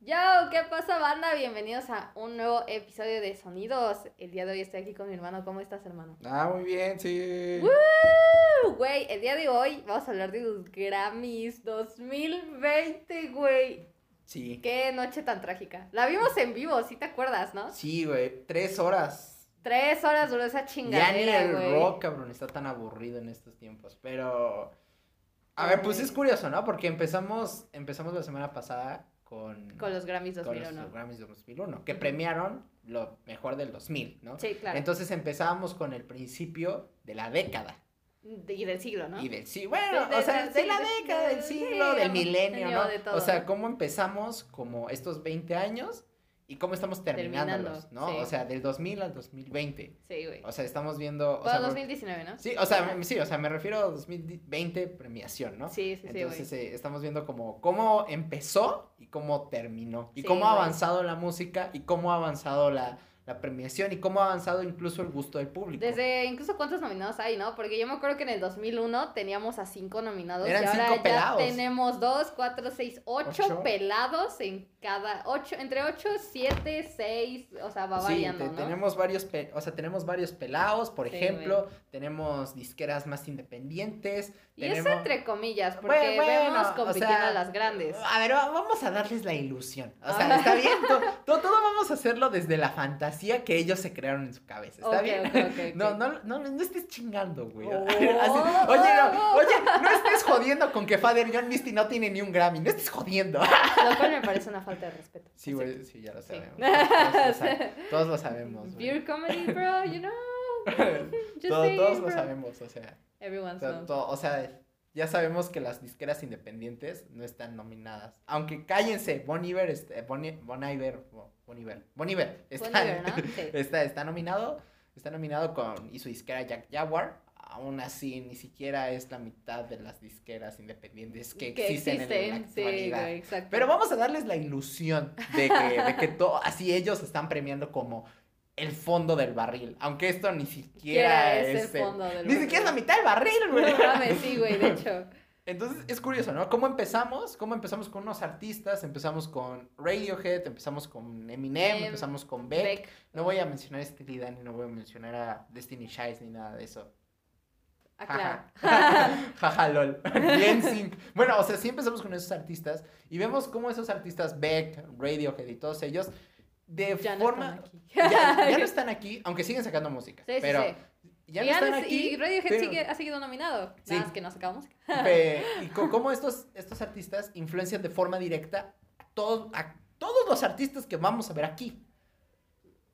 Yo, ¿qué pasa, banda? Bienvenidos a un nuevo episodio de Sonidos. El día de hoy estoy aquí con mi hermano. ¿Cómo estás, hermano? Ah, muy bien, sí. Uh, ¡Woo! Güey, el día de hoy vamos a hablar de los Grammys 2020, güey. Sí. Qué noche tan trágica. La vimos en vivo, si te acuerdas, ¿no? Sí, güey. Tres horas. Tres horas duró esa Ya ni chingadera, el güey. rock, cabrón, está tan aburrido en estos tiempos. Pero. A ver, pues Güey. es curioso, ¿no? Porque empezamos, empezamos la semana pasada con. Con los Grammys con los 2001. Grammys de 2001. Que Ujú. premiaron lo mejor del 2000, ¿no? Sí, claro. Entonces empezábamos con el principio de la década. De- y del siglo, ¿no? Y del sí, bueno, de- o sea, del de la siglo, década, de- del siglo, sí, del ¿no? milenio, Año ¿no? de todo, o sea, ¿no? cómo empezamos como estos 20 años y cómo estamos terminándolos, Terminando, ¿no? sí. O sea, del 2000 al 2020. Sí, güey. O sea, estamos viendo, o Todo sea, por- 2019, ¿no? Sí, o sea, me- sí, o sea, me refiero a 2020 premiación, ¿no? Sí, sí, sí, güey. Entonces eh, estamos viendo como cómo empezó y cómo terminó y Sí, cómo ha güey. avanzado la música y cómo ha avanzado la, la premiación y cómo ha avanzado incluso el gusto del público. Desde incluso cuántos nominados hay, ¿no? Porque yo me acuerdo que en el 2001 teníamos a cinco nominados Eran y ahora cinco ya pelados. tenemos dos, cuatro, seis, ocho, Ocho. pelados en cada ocho, entre ocho, siete, seis, o sea, va Sí, variando, te- ¿no? tenemos varios, pe- o sea, tenemos varios pelados, por Sí, ejemplo, tenemos disqueras más independientes. Y eso tenemos- entre comillas, porque Bue- bueno, vemos o compitiendo sea, ah, a las grandes. A ver, va- vamos a darles la ilusión. O sea, Ah. está bien, to- to- todo, vamos a hacerlo desde la fantasía que ellos se crearon en su cabeza, está Ok, bien. ok, ok, No, ok. no, no, no estés chingando, güey. Oh. Así, oye, no, oye, no estés jodiendo con que Father John Misty no tiene ni un Grammy, no estés jodiendo. Lo cual me parece una falta de respeto. Sí, güey, sí, ya lo Sí. sabemos. Todos, lo sa- todos lo sabemos, güey. Beer comedy, bro, you know. Just Todo- saying, todos lo bro. sabemos, o sea. O Everyone's sea, known. to- o sea, ya sabemos que las disqueras independientes no están nominadas. Aunque cállense, Bon Iver, este, Bon, I- Bon Iver, Bo- Bon Iver, Bon Iver está, Bon Iver, ¿no? Sí. está, está nominado, está nominado con, y su disquera Jack Jaguar. Aún así, ni siquiera es la mitad de las disqueras independientes que, existen, en la sí, actualidad. güey, exacto. Pero vamos a darles la ilusión de que, de que todo, así ellos están premiando como el fondo del barril. Aunque esto ni siquiera Quiera es el es el- fondo del Ni siquiera es la barril. mitad del barril, güey. No mames, sí, güey, de hecho. Entonces es curioso, ¿no? ¿Cómo empezamos? ¿Cómo empezamos con unos artistas? Empezamos con Radiohead, empezamos con Eminem, Em, empezamos con Beck. Beck. No voy a mencionar a Steely Dan, ni no voy a mencionar a Destiny Child ni nada de eso. Ah, claro. Jaja. Jaja, lol. Bien sync. Bueno, o sea, sí empezamos con esos artistas y vemos cómo esos artistas, Beck, Radiohead y todos ellos, de Ya no forma. están aquí. Ya, ya no están aquí, aunque siguen sacando música. Sí, sí, pero sí. ya y, no están antes- aquí. y Radiohead pero- sigue- ha seguido nominado. Sí. Nada más que no saca música. Pe- y co- cómo estos, estos artistas influencian de forma directa a todos, a todos los artistas que vamos a ver aquí.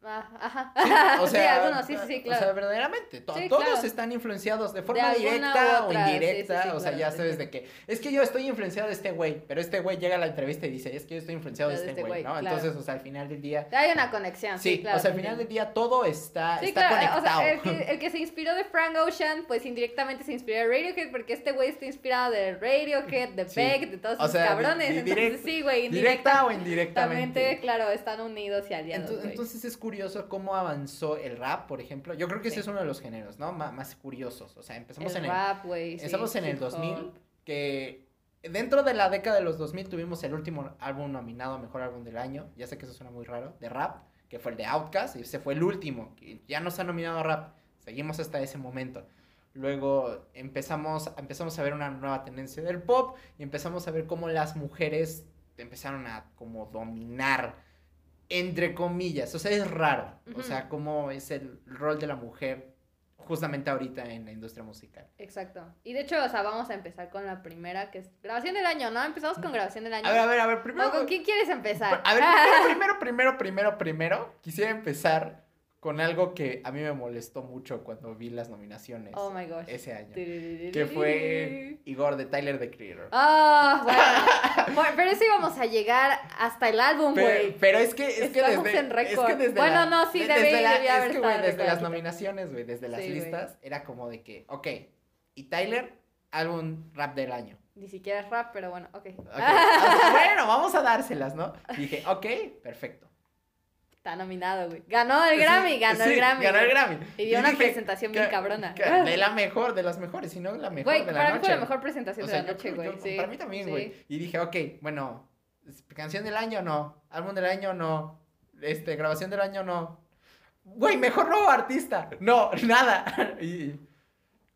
Ah, ajá. O Sí, sea, algunos, sí, sí, sí, o claro. sea, verdaderamente, to- Sí, todos claro. están influenciados de forma alguna directa u o otra, sí, sí, indirecta. sí, o sea, claro, ya sí, sabes sí. de que es que yo estoy influenciado de este güey, pero este güey llega a la entrevista y dice, es que yo estoy influenciado de, este güey, ¿no? claro. Entonces, o sea, al final del día. Hay una conexión. Sí, Sí, claro. o sea, al final del entiendo. día todo está, Sí, está claro, eh, o conectado. sea, el que, el que se inspiró de Frank Ocean, pues indirectamente se inspiró de Radiohead, porque este güey está inspirado de Radiohead, de Sí. Beck, de todos O esos sea, di- cabrones. di- Entonces, direct- sí, güey, Directa o indirectamente, indirectamente. claro, están unidos y aliados. Ento- güey. entonces es curioso cómo avanzó el rap, por ejemplo. Yo creo que Sí. ese es uno de los géneros, ¿no? Ma- más curiosos. O sea, empezamos el en rap, güey. el sí, empezamos en el hip hop. 2000 que dentro de la década de los 2000 tuvimos el último álbum nominado a mejor álbum del año. Ya sé que eso suena muy raro, de rap, que fue el de Outkast y ese fue el último, que ya no se ha nominado a rap. Seguimos hasta ese momento. Luego empezamos, empezamos a ver una nueva tendencia del pop y empezamos a ver cómo las mujeres empezaron a como dominar, entre comillas. O sea, es raro. Ujú. O sea, cómo es el rol de la mujer justamente ahorita en la industria musical. Exacto. Y de hecho, o sea, vamos a empezar con la primera, que es grabación del año, ¿no? Empezamos con grabación del año. Mm. A ver, a ver, a ver, ¿O primero... ¿Con quién quieres empezar? A ver, Ah. primero, primero, primero, primero, primero, quisiera empezar con algo que a mí me molestó mucho cuando vi las nominaciones oh my gosh. ese año. Que Que fue Igor de Tyler the Creator. Ah, bueno. Bueno, Pero eso íbamos a llegar hasta el álbum, Pero, Oh, güey. pero es que es que Estamos desde, en es récord. que desde Bueno, la- no, sí, de- debí- desde la- debí haber es que, güey, estado desde las recordando. nominaciones, güey, desde las Sí, güey. listas era como de que, ok, y Tyler álbum rap del año. Ni siquiera es rap, pero bueno, ok. Ok, así, bueno, vamos a dárselas, ¿no? Dije, ok, perfecto. Pues Está nominado, güey. Ganó el Sí, Grammy, ganó sí, el Grammy. Ganó el güey. Grammy. Y dio una dije, presentación bien que- cabrona. que- De la mejor, de las mejores, si no la mejor Güey, de para la mí noche. fue la mejor presentación O sea, de yo la noche, creo- güey. yo- sí. Para mí también, Sí. güey. Y dije, ok, bueno, Canción del año, no. Álbum del año, no. Este, grabación del año, no. Güey, mejor nuevo artista. No, nada. Y,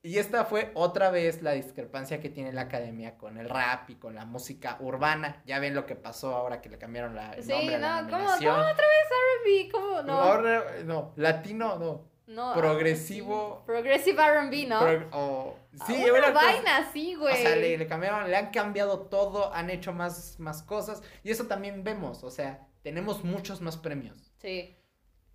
y esta fue otra vez la discrepancia que tiene la academia con el rap y con la música urbana. Ya ven lo que pasó ahora que le cambiaron la, el Sí, nombre a la no, ¿cómo, nominación. ¿cómo otra vez RB? ¿Cómo? No. Ahora, no, latino, no. no ah, progresivo. Progressive RB, ¿no? Ah, Pro- o- sí, una, una cosa- vaina así, güey. O sea, le, le cambiaron, le han cambiado todo, han hecho más, más cosas. Y eso también vemos, o sea, tenemos muchos más premios. Sí.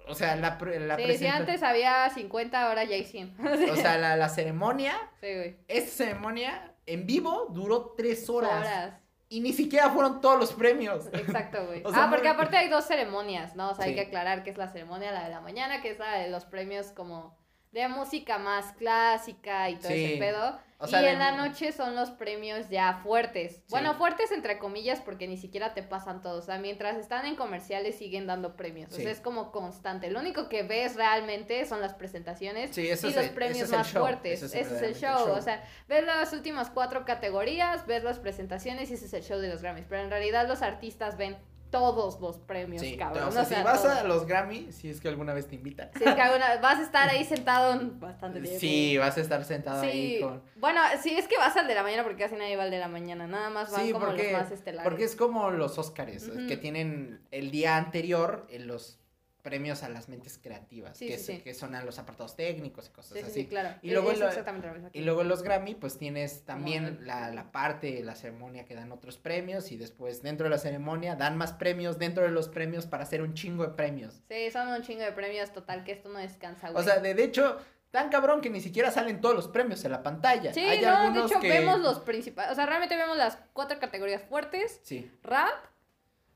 O sea, la, pre- la Sí, si presenta- antes había 50, ahora ya hay 100. O sea, la, la ceremonia, sí, güey. esta ceremonia en vivo duró tres horas. Horas. Y ni siquiera fueron todos los premios. Exacto, güey. O sea, ah, porque no- aparte hay dos ceremonias, ¿no? O sea, hay Sí. que aclarar que es la ceremonia, la de la mañana, que es la de los premios como de música más clásica y todo Sí. ese pedo. O sea, y de- en la noche son los premios ya fuertes. Bueno, fuertes entre comillas porque ni siquiera te pasan todos. O sea, mientras están en comerciales siguen dando premios. O Sí. sea, es como constante. Lo único que ves realmente son las presentaciones Sí, eso y es los el- premios eso es el más show, fuertes. eso es Ese es el verdaderamente el show. show. O sea, ves las últimas cuatro categorías, ves las presentaciones y ese es el show de los Grammys. Pero en realidad los artistas ven todos los premios, sí, cabrón. o sea, O sea, si vas todo. a los Grammy, si es que alguna vez te invitan. Sí, cabrón, vas a estar ahí sentado en bastante tiempo. Sí, vas a estar sentado ahí Sí, con... bueno, sí, es que vas al de la mañana porque casi nadie va al de la mañana, nada más van Sí, como porque- los más estelares. Porque es como los Óscares, eh, Ujú. que tienen el día anterior eh, los premios a las mentes creativas, Sí, que, sí, se- sí. que son a los apartados técnicos y cosas Sí, sí, así. sí, claro. Y Es- luego es lo- exactamente lo mismo aquí. Y luego en los Grammy, pues tienes también Como- la, la parte, la ceremonia que dan otros premios y después dentro de la ceremonia dan más premios dentro de los premios para hacer un chingo de premios. Sí, son un chingo de premios total que esto no descansa, güey. O sea, de, de hecho, tan cabrón que ni siquiera salen todos los premios en la pantalla. sí, Hay no, de algunos hecho que- vemos los principales, o sea, realmente vemos las cuatro categorías fuertes, Sí, rap,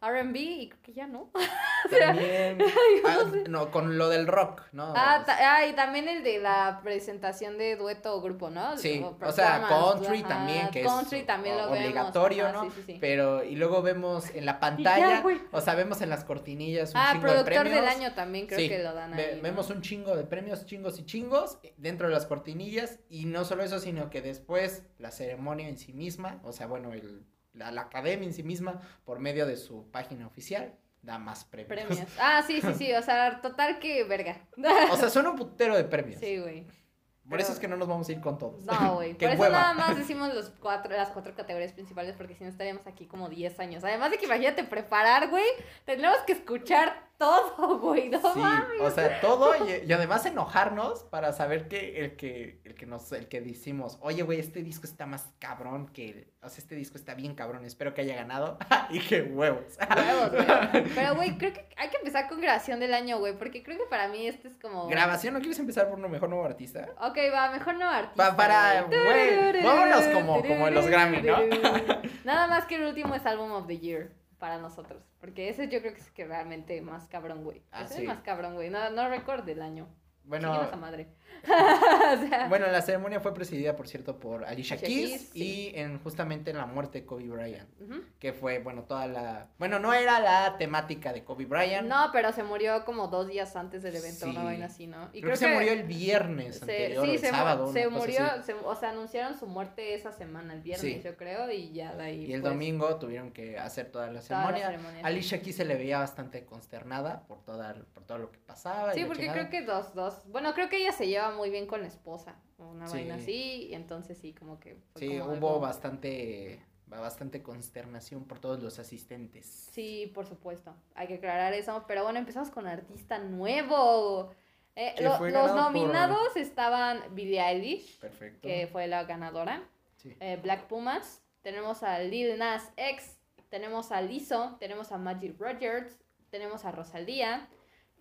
R&B y creo que ya no. también... Ah, no, con lo del rock, ¿no? Ah, ta- ah, y también el de la presentación de dueto o grupo, ¿no? Sí, o sea, performance, country ajá, también, que country es también lo o- vemos, obligatorio, ajá, ¿no? sí, sí, sí. Pero, y luego vemos en la Y ya, pantalla, güey. o sea, vemos en las cortinillas un Ah, chingo de productor premios. del año también creo Sí, que lo dan ahí. ve- ¿no? vemos un chingo de premios, chingos y chingos, eh, dentro de las cortinillas, y no solo eso, sino que después la ceremonia en sí misma, o sea, bueno, el, la, la academia en sí misma, por medio de su página oficial, da más premios. Premios. Ah, sí, sí, sí. O sea, total que verga. O sea, son un putero de premios. Sí, güey. por eso es que no nos vamos a ir con todos. No, güey. Qué Por eso hueva. nada más decimos los cuatro, las cuatro categorías principales, porque si no estaríamos aquí como 10 años. Además de que imagínate preparar, güey. Tenemos que escuchar todo, güey. No Sí, mames. o sea, todo y, y además enojarnos para saber que el que el que nos el que decimos, "Oye, güey, este disco está más cabrón que el, o sea, este disco está bien cabrón, espero que haya ganado." y qué huevos. Huevos, güey. Pero, güey, creo que hay que empezar con grabación del año, güey, porque creo que para mí este es como... Grabación, ¿no quieres empezar por un mejor nuevo artista? Ok, va, mejor no artista. Pa- para, güey, vámonos como- como en los Grammy, ¿no? Nada más que el último es Album of the Year para nosotros, porque ese yo creo que es el que realmente más cabrón, güey. Ah, ese sí. es más cabrón, güey. No, no récord del año. Bueno, Chingue esa madre. o sea, bueno, la ceremonia fue presidida, por cierto, por Alicia Alicia Keys Keys, y en justamente en la muerte de Kobe Bryant, ujú. que fue, bueno, toda la bueno, no era la temática de Kobe Bryant. No, pero se murió como dos días antes del evento, Sí. una vaina así, ¿no? Y Creo, que, se murió el viernes Se- anterior, sí, o el se, mu- sábado, una se cosa murió, así. se- o sea, anunciaron su muerte esa semana, el viernes, Sí. yo creo, y ya de ahí. Y el pues, domingo tuvieron que hacer toda toda la la ceremonia. ceremonia. Alicia aquí se le veía bastante consternada por, toda, por todo lo que pasaba. y Sí, la porque chingada. creo que dos, dos. Bueno, creo que ella se lleva muy bien con la esposa, o una Sí. vaina así, y entonces sí, como que. fue Sí, como hubo algo- bastante bastante consternación por todos los asistentes. Sí, por supuesto, hay que aclarar eso. Pero bueno, empezamos con artista nuevo. Eh, Que lo- fue los ganado por- nominados estaban Billie Eilish, Perfecto. que fue la ganadora, Sí. eh, Black Pumas, tenemos a Lil Nas X, tenemos a Lizzo, tenemos a Magic Rogers, tenemos a Rosalía,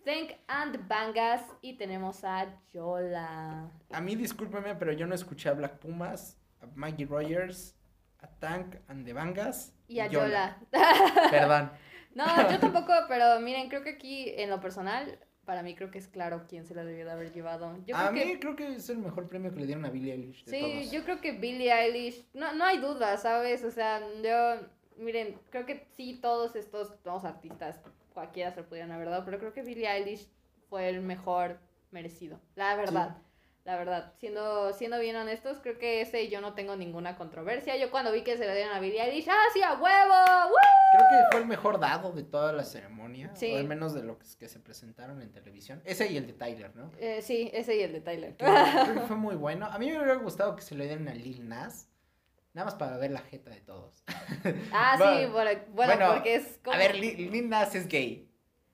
Thank and Bangas y tenemos a Yola. A mí, discúlpeme, pero yo no escuché a Black Pumas, a Maggie Rogers, a Tank and the Bangas. Y a Yola. Yola. Perdón. No, yo tampoco, pero miren, creo que aquí en lo personal, para mí creo que es claro quién se la debió de haber llevado. Yo a creo mí que creo que es el mejor premio que le dieron a Billie Eilish. de sí, todos. yo creo que Billie Eilish, no no hay duda, ¿sabes? O sea, yo miren, creo que sí todos estos todos artistas cualquiera se lo pudieran haber dado, pero creo que Billie Eilish fue el mejor merecido, la verdad. La verdad, siendo, siendo bien honestos, creo que ese yo no tengo ninguna controversia. Yo cuando vi que se lo dieron a Billie Eilish, ¡ah, sí, a huevo! ¡Woo! Creo que fue el mejor dado de toda la ceremonia. Sí. O al menos de los que se presentaron en televisión. Ese y el de Tyler, ¿no? Eh, sí, ese y el de Tyler. Creo que fue muy bueno. A mí me hubiera gustado que se lo dieran a Lil Nas. Nada más para ver la jeta de todos. Ah, sí, Bueno, bueno, bueno, bueno, porque es como... A ver, Li- Lil Nas es gay.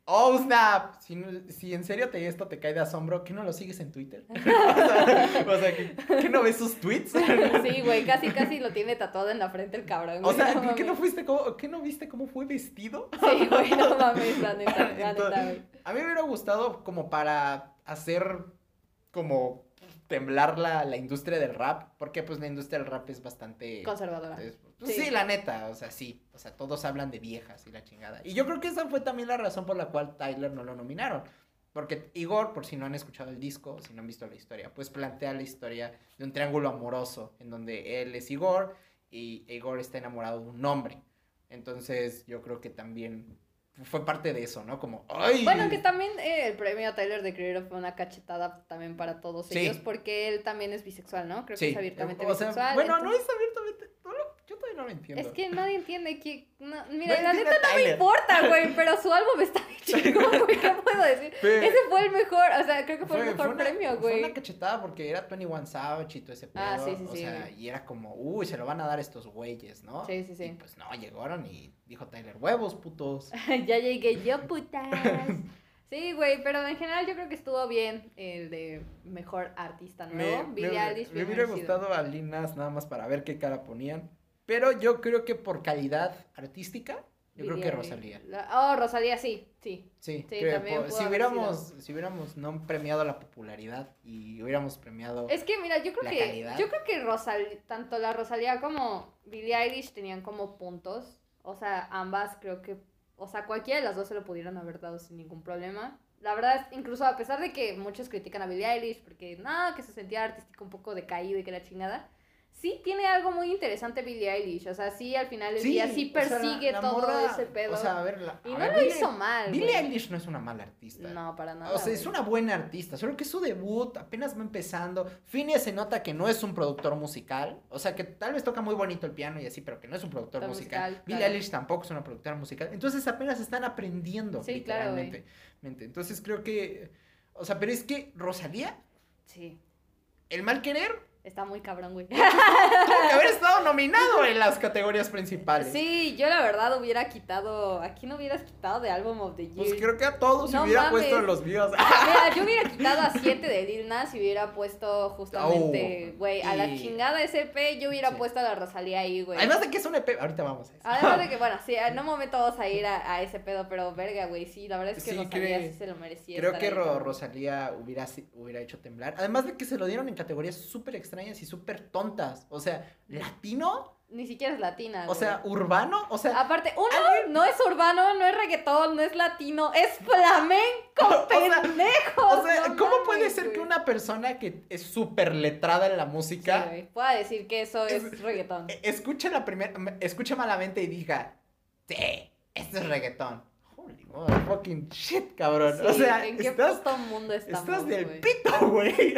Oh, snap. Si, no- si en serio te, esto te cae de asombro, ¿qué no lo sigues en Twitter? o sea, o sea, ¿qué, qué no ves sus tweets? Sí, güey, casi casi lo tiene tatuado en la frente el cabrón. o güey, sea, ¿qué, mames. qué no fuiste cómo- qué no viste cómo fue vestido? Sí, güey, no mames, la neta, la neta, Entonces, güey. a mí me hubiera gustado como para hacer como temblar la, la industria del rap, porque pues la industria del rap es bastante... Conservadora. es- pues, Sí. sí. la neta, o sea, sí. O sea, todos hablan de viejas y la chingada. Y yo creo que esa fue también la razón por la cual Tyler no lo nominaron. Porque Igor, por si no han escuchado el disco, si no han visto la historia, pues plantea la historia de un triángulo amoroso en donde él es Igor y Igor está enamorado de un hombre. Entonces, yo creo que también fue parte de eso, ¿no? Como, ¡ay! Bueno, que también eh, el premio Tyler de Creator fue una cachetada también para todos Sí. ellos, porque él también es bisexual, ¿no? Creo que Sí. es abiertamente O sea, bisexual. bueno, entonces- no es abiertamente. no lo- yo todavía no lo entiendo. Es que nadie entiende que. no, No mira, la entiendo neta a no me Tyler. importa, güey, pero su álbum está bien chingón, güey. ¿Qué puedo decir? Pero- Ese fue el mejor, o sea, creo que fue, el mejor una- premio, Fue güey. una cachetada porque era 21 Savage y todo ese pedo. Ah, sí, sí, o sí, sea, güey. y era como, uy, se lo van a dar estos güeyes, ¿no? Sí, sí, sí. Y pues no, llegaron y dijo Tyler, huevos, putos. ya llegué yo, putas. Sí, güey, pero en general yo creo que estuvo bien el de mejor artista nuevo. Billie Eilish. me bien hubiera merecido. gustado a Lil Nas nada más para ver qué cara ponían. Pero yo creo que por calidad artística, yo creo Billie que Eilish. Rosalía. La- Oh, Rosalía, sí, sí. Sí, Sí, creo que también po- pudo si, haber hubiéramos, si hubiéramos no premiado la popularidad y hubiéramos premiado... Es que mira, yo creo La que calidad. yo creo que Rosal, tanto la Rosalía como Billie Eilish tenían como puntos, o sea, ambas creo que, o sea, cualquiera de las dos se lo pudieron haber dado sin ningún problema. La verdad, es, incluso a pesar de que muchos critican a Billie Eilish porque no, que se sentía artístico un poco decaído y que la chingada, sí tiene algo muy interesante Billie Eilish, o sea, sí al final del día sí o sea, la- persigue la todo morra, ese pedo. O sea, a ver, la- y a no ver, lo Billie- hizo mal. Billie güey. Eilish no es una mala artista. No, para nada. o sea, es güey. una buena artista, solo que es su debut apenas va empezando. Phineas se nota que no es un productor musical, o sea, que tal vez toca muy bonito el piano y así, pero que no es un productor Productor musical. musical, Billie claro. Eilish tampoco es una productora musical. Entonces apenas están aprendiendo, Sí, claro, güey. literalmente. Mente. Entonces creo que, o sea, pero es que Rosalía, Sí, el mal querer, está muy cabrón, güey. tuvo que haber estado nominado en las categorías principales. Sí, yo la verdad hubiera quitado. Aquí no hubieras quitado de Album of the Year. Pues creo que a todos se No hubiera mames. puesto los míos. Mira, yo hubiera quitado a 7 de Lil Nas y hubiera puesto justamente, Oh, güey, a la y- chingada SP. Yo hubiera Sí. puesto a la Rosalía ahí, güey. Además de que es un EP, ahorita vamos a eso. Además de que, bueno, sí, en un momento vamos a ir a, a ese pedo, pero verga, güey, sí, la verdad es que Sí, Rosalía creo- sí se lo merecía. Creo estar que ahí, Ro- cabrón. Rosalía hubiera, si- hubiera hecho temblar. Además de que se lo dieron en categorías súper extrañas y súper tontas. O sea, latino, Ni siquiera es latina, o güey. sea, urbano, o sea... Aparte, uno, no es urbano, no es reggaetón, no es latino, es flamenco, O sea, pendejo. O sea, no ¿cómo puede mames, ser que güey. una persona que es súper letrada en la Sí, música güey, pueda decir que eso es, Es- reggaetón. e- escuche la primera, escuche malamente y diga, sí, esto es reggaetón? Holy fucking shit, cabrón. Sí, o sea, ¿en qué estás, puto mundo estamos, estás del güey? pito, güey.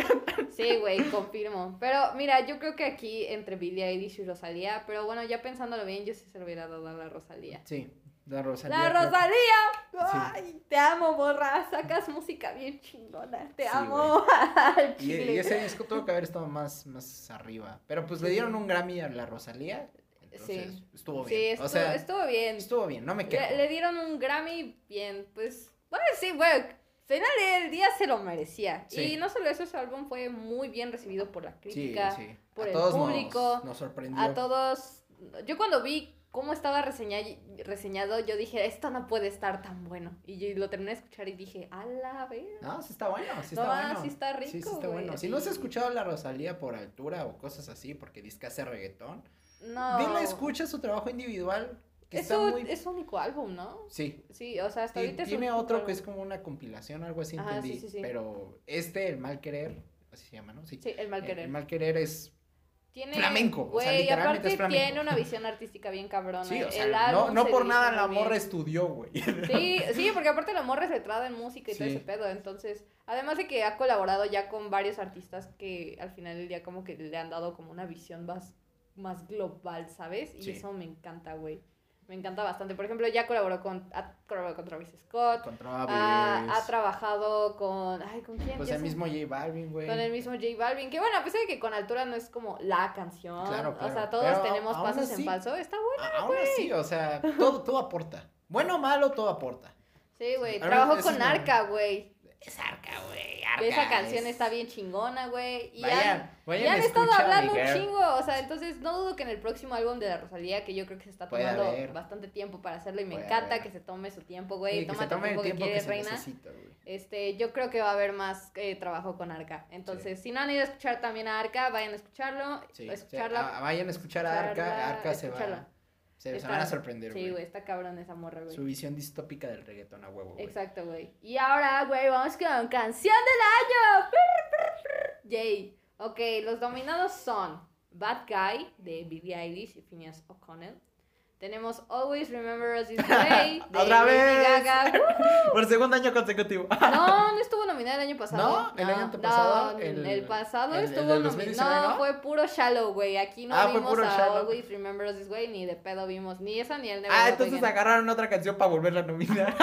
Sí, güey, confirmo. Pero mira, yo creo que aquí entre Billie Eilish y Rosalía, pero bueno, ya pensándolo bien, yo sí se lo hubiera dado a la Rosalía. Sí, la Rosalía. ¡La creo que- Rosalía! Sí. ¡Ay, te amo, borra! Sacas música bien chingona, te Sí, amo. Al Y, chile. y ese disco tuvo que haber estado más, más arriba. Pero pues le dieron un Grammy a la Rosalía. Entonces Sí. estuvo bien. Sí, estuvo, o sea, estuvo bien. estuvo bien, no me quejo. Le, le dieron un Grammy bien, pues, bueno, sí, bueno, final del día se lo merecía. Sí. Y no solo eso, su álbum fue muy bien recibido por la sí, crítica. sí. por a el todos nos- público, Nos, sorprendió. a todos. Yo cuando vi cómo estaba reseña- reseñado, yo dije, esto no puede estar tan bueno. Y yo lo terminé de escuchar y dije, a la vez. No, sí está bueno, sí No, está ah, bueno. sí está rico, Sí, sí está güey, bueno. Si sí. no has escuchado a la Rosalía por altura o cosas así, porque dice que hace reggaetón, No. dile, escucha su trabajo individual. Que Es está su, muy. es su único álbum, ¿no? Sí, Sí, o sea, hasta Ti- ahorita es su tiene único otro que álbum. es como una compilación, algo así, Ajá, sí, entendí. sí, sí. Pero este, El Mal Querer, así se llama, ¿no? Sí. Sí, El Mal El- Querer. El Mal Querer es Tiene, flamenco, o Güey, sea, y literalmente aparte es flamenco. tiene una visión artística bien cabrona. Sí, o sea, El no, álbum no se por dirige nada muy la bien. morra estudió, güey. Sí, sí, porque aparte la morra es letrada en música y todo Sí. ese pedo, entonces, además de que ha colaborado ya con varios artistas que al final del día como que le han dado como una visión más, más global, ¿sabes? Y Sí. eso me encanta, güey. Me encanta bastante. Por ejemplo, ya colaboró con, ha colaborado con Travis Scott. Con ha, Travis. ha trabajado con. Ay, ¿con quién? pues Ya el se- mismo J Balvin, güey. Con el mismo J Balvin. Que bueno, a pesar de que con altura no es como la canción. Claro, O claro. sea, todos Pero tenemos aún pasos así- en falso. Está bueno. A- Aún así, o sea, todo, todo aporta. Bueno o malo, todo aporta. Sí, güey. Ahora, Trabajó eso con es lo- Arca, güey. Es arca, güey. Que Arca. Esa canción es- está bien chingona, güey. Y han- Vayan, y vayan han a estado escuchar a mi hablando un girl. chingo, o sea, entonces no dudo que en el próximo álbum de la Rosalía, que yo creo que se está Puede haber. tomando bastante tiempo para hacerlo y me Puede encanta haber. que se tome su tiempo, Sí, güey, que toma se el tiempo, tome el que tiempo que, quieres, se reina. necesita, güey. Este, yo creo que va a haber más eh, trabajo con Arca. Entonces, si no han ido a escuchar también a Arca, vayan a escucharlo, Sí, a o sea, escucharla. a- vayan a escuchar a Arca, escucharla, Arca se va, escucharla. se, se Está- van a sorprender, Sí, güey, güey. está cabrón esa morra, güey. Su visión distópica del reggaetón a huevo, güey. Exacto, güey. Y ahora, güey, vamos con canción del año. Yay. Ok, los dominados son Bad Guy de Billie Eilish y Phineas O'Connell. Tenemos Always Remember Us This Way de ¡Otra Lady vez! Gaga. Uh, Por segundo año consecutivo. No, no estuvo nominada el año pasado. No, el año antepasado, no, el- el pasado el- el estuvo del nominada. 2019, No, ¿no? fue puro shallow, güey. Aquí no Ah, fue vimos puro a Shallow. Always Remember Us This Way ni de pedo vimos ni esa ni el Never Ah, Love entonces Again. agarraron otra canción para volverla a nominar.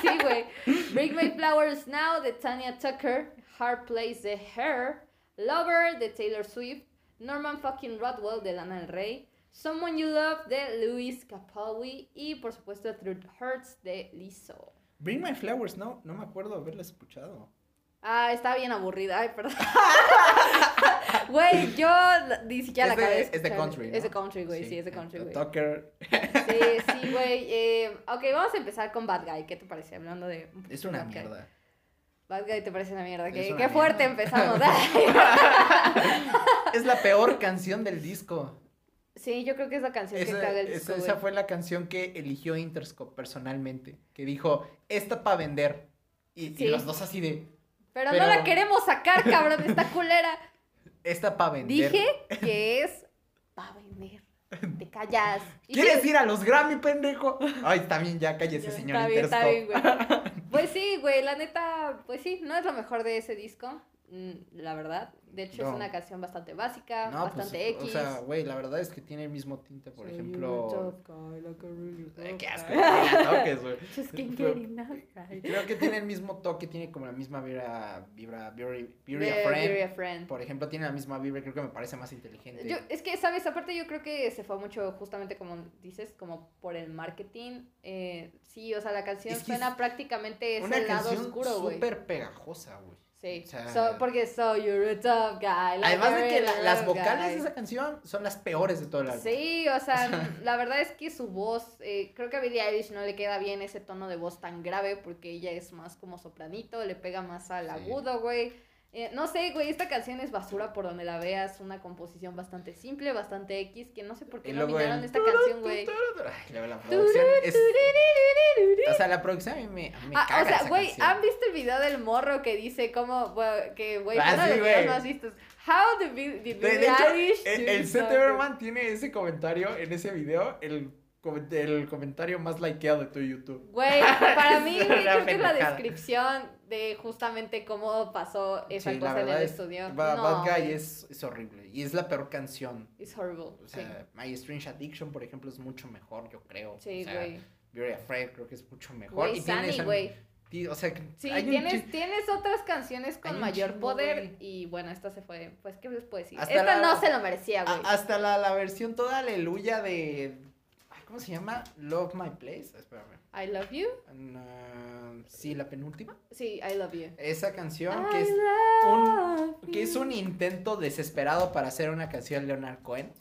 sí, güey. Break My Flowers Now de Tanya Tucker. Hard Place de Hair. Lover de Taylor Swift. Norman fucking Rodwell de Lana Del Rey. Someone You Love de Luis Capaldi. Y por supuesto Through Hurts de Lizzo. Bring My Flowers, no, no me acuerdo haberla escuchado. Ah, está bien aburrida. Ay, perdón. Güey, yo ni siquiera Es la de- acabé es de escuchar. country, ¿no? Es de country, güey. Sí, es de country, güey. Tucker Sí, sí, güey. Eh, ok, vamos a empezar con Bad Guy. ¿Qué te parece? Hablando de. un es poquito una de Bad Guy. mierda. Bad Guy te parece una mierda. Es Qué, una qué fuerte mierda. empezamos. Es la peor canción del disco. sí, yo creo que es la canción que Esa, caga el esa- disco, esa güey. fue la canción que eligió Interscope personalmente. Que dijo, esta para vender. Y, y Sí. los dos así de, Pero, pero- no la queremos sacar, cabrón, esta culera. esta para vender. Dije que es va a vender. Te callas. Y ¿Quieres sí, ir a los Grammy, pendejo? Ay, también ya, cállese, está señor bien, está Interscope. bien, güey. Pues sí, güey, la neta, pues sí, no es lo mejor de ese disco, mm, la verdad. De hecho, es No. una canción bastante básica, No, pues, bastante X. o sea, güey, la verdad es que tiene el mismo tinte, por Soy ejemplo... un tough guy, like a really Ay, tough qué asco, guy. güey, ya toques, güey. Just can't Pero- get enough, right? Creo que tiene el mismo toque, tiene como la misma vibra, vibra, Beauty De a Friend. Beauty a Friend. Por ejemplo, tiene la misma vibra, creo que me parece más inteligente. Yo- es que, ¿sabes? Aparte yo creo que se fue mucho justamente como dices, como por el marketing. Eh, sí, o sea, la canción Es que suena es prácticamente es Una el lado canción oscuro, güey. súper pegajosa, güey. Sí, o sea- So- porque so you're a tough guy. like Además a de que real la- las tough vocales de guy. esa canción son las peores de todo el álbum. Sí, o sea, la verdad es que su voz, eh, creo que a Billie Eilish no le queda bien ese tono de voz tan grave porque ella es más como sopranito, le pega más al Sí. agudo, güey. Eh, no sé, güey, esta canción es basura por donde la veas, una composición bastante simple, bastante X, que no sé por qué Y luego nominaron el esta canción, güey. Ay, luego la producción es- O sea, la producción a mí me, a mí me Ah, caga o sea, esa güey, canción. ¿han visto el video del morro que dice cómo, bueno, que, güey, Ah, uno de sí, los güey. videos más vistos? How the Bill- the De, Billie de hecho, Eilish el, do el Seth something. Everman tiene ese comentario en ese video, el, comen- el comentario más likeado de tu YouTube. Güey, para mí, Es güey, una creo que es la pendejada. descripción de justamente cómo pasó esa Sí, la cosa en verdad el es- estudio. no, Ba- eh. Bad Guy güey, es, es horrible y es la peor canción. It's horrible. O sea, My Strange Addiction, por ejemplo, es mucho mejor, yo creo. sí, o sí, sea, güey. Beauty and Afraid creo que es mucho mejor. Güey, y tiene Sunny, esa- güey. ti- O sea, que Sí, hay un tienes, chi- tienes otras canciones hay con un mayor chingo, poder. güey. Y bueno, esta se fue. Pues, ¿qué les puedo decir? Hasta esta la- no se lo merecía, güey. a- hasta la, la versión toda aleluya de... ay, ¿Cómo se llama? Love My Place. ah, Espérame. I love you. No, sí, la penúltima. Sí, I love you. Esa canción que I es love que es you. un intento desesperado para hacer una canción de Leonard Cohen.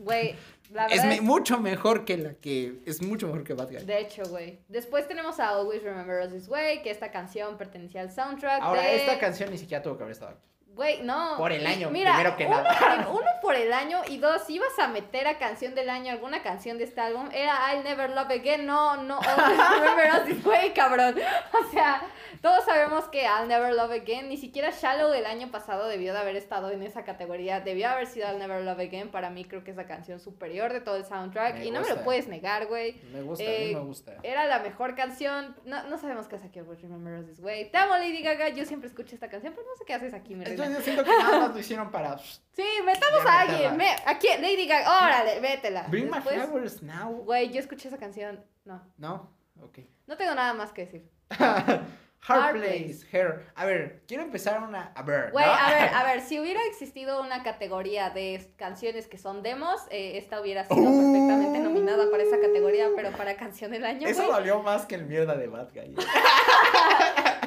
Güey, la Es verdad. me- es- mucho mejor que la que es mucho mejor que Bad Guy. De hecho, güey. Después tenemos a Always Remember Us This Way, que esta canción pertenecía al soundtrack. Ahora de- esta canción ni siquiera tuvo que haber estado aquí. Güey, no. Por el Y año, primero que uno nada. por- uno por el año y dos, si ibas a meter a canción del año oh, alguna canción de este álbum, era I'll Never Love Again, no, no, Always Remember Us This Way, cabrón. O sea, todos sabemos que I'll Never Love Again, ni siquiera Shallow del año pasado debió de haber estado en esa categoría, debió haber sido I'll Never Love Again, para mí creo que es la canción superior de todo el soundtrack Me y no me gusta. lo puedes negar, güey. Me gusta, a mí Eh, me gusta. Era la mejor canción, no, no sabemos qué hace aquí, Always Remember Us This Way. Te amo Lady Gaga, yo siempre escucho esta canción, pero no sé qué haces aquí, mi reina. Entonces yo siento que nada más lo hicieron para... Sí, metamos a Ya métela. alguien, me, ¿a quién? Lady Gaga, órale, vétela. Bring my Después, flowers now. Güey, yo escuché esa canción, no, No, ok. no tengo nada más que decir. Hard Hard place, hair. A ver, quiero empezar una... A ver, Güey, ¿no? a ver, a ver, si hubiera existido una categoría de canciones que son demos, eh, esta hubiera sido Uh. perfectamente nominada para esa categoría, pero para canción del año, Eso güey. valió más que el mierda de Bad Guy.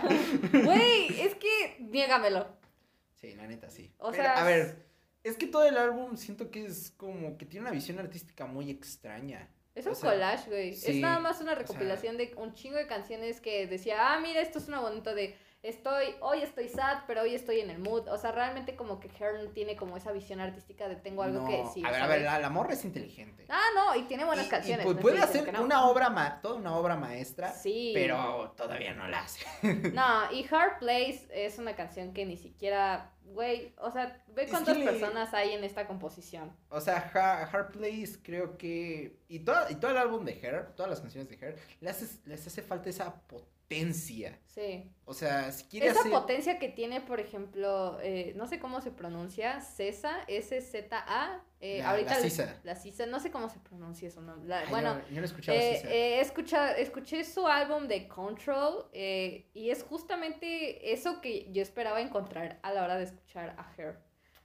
¿eh? Güey, es que niégamelo. Sí, la neta, sí. O Pero, sea, a ver, es que todo el álbum siento que es como que tiene una visión artística muy extraña. Es un O sea, collage, güey. sí, es nada más una sea- recopilación de un chingo de canciones que decía, ah, mira, esto es una bonita de estoy, hoy estoy sad, pero hoy estoy en el mood. O sea, realmente como que Hearn tiene como esa visión artística de tengo algo No, que decir. a ver, a ¿sabes? ver, la, la morra es inteligente. Ah, no, y tiene buenas Y- y, canciones. pues, no estoy puede diciendo hacer que no. una obra, ma- toda una obra maestra, Sí. pero todavía no la hace. No, y Hard Place es una canción que ni siquiera, güey, o sea, ve Es cuántas que le- personas hay en esta composición. O sea, Ha- Hard Place creo que... Y, toda, y todo el álbum de Her, todas las canciones de Her, les hace, les hace falta esa potencia. Sí. O sea, si quiere Esa hacer... potencia que tiene, por ejemplo, eh, no sé cómo se pronuncia, Cesa, S-Z-A. eh, La- ahorita la le- Sisa. La Sisa, no sé cómo se pronuncia eso. ¿no? La- Ay, bueno, no, yo no he escuchado eh, así, sea. eh, he escucha- escuché su álbum de Control eh, y es justamente eso que yo esperaba encontrar a la hora de escuchar a Her.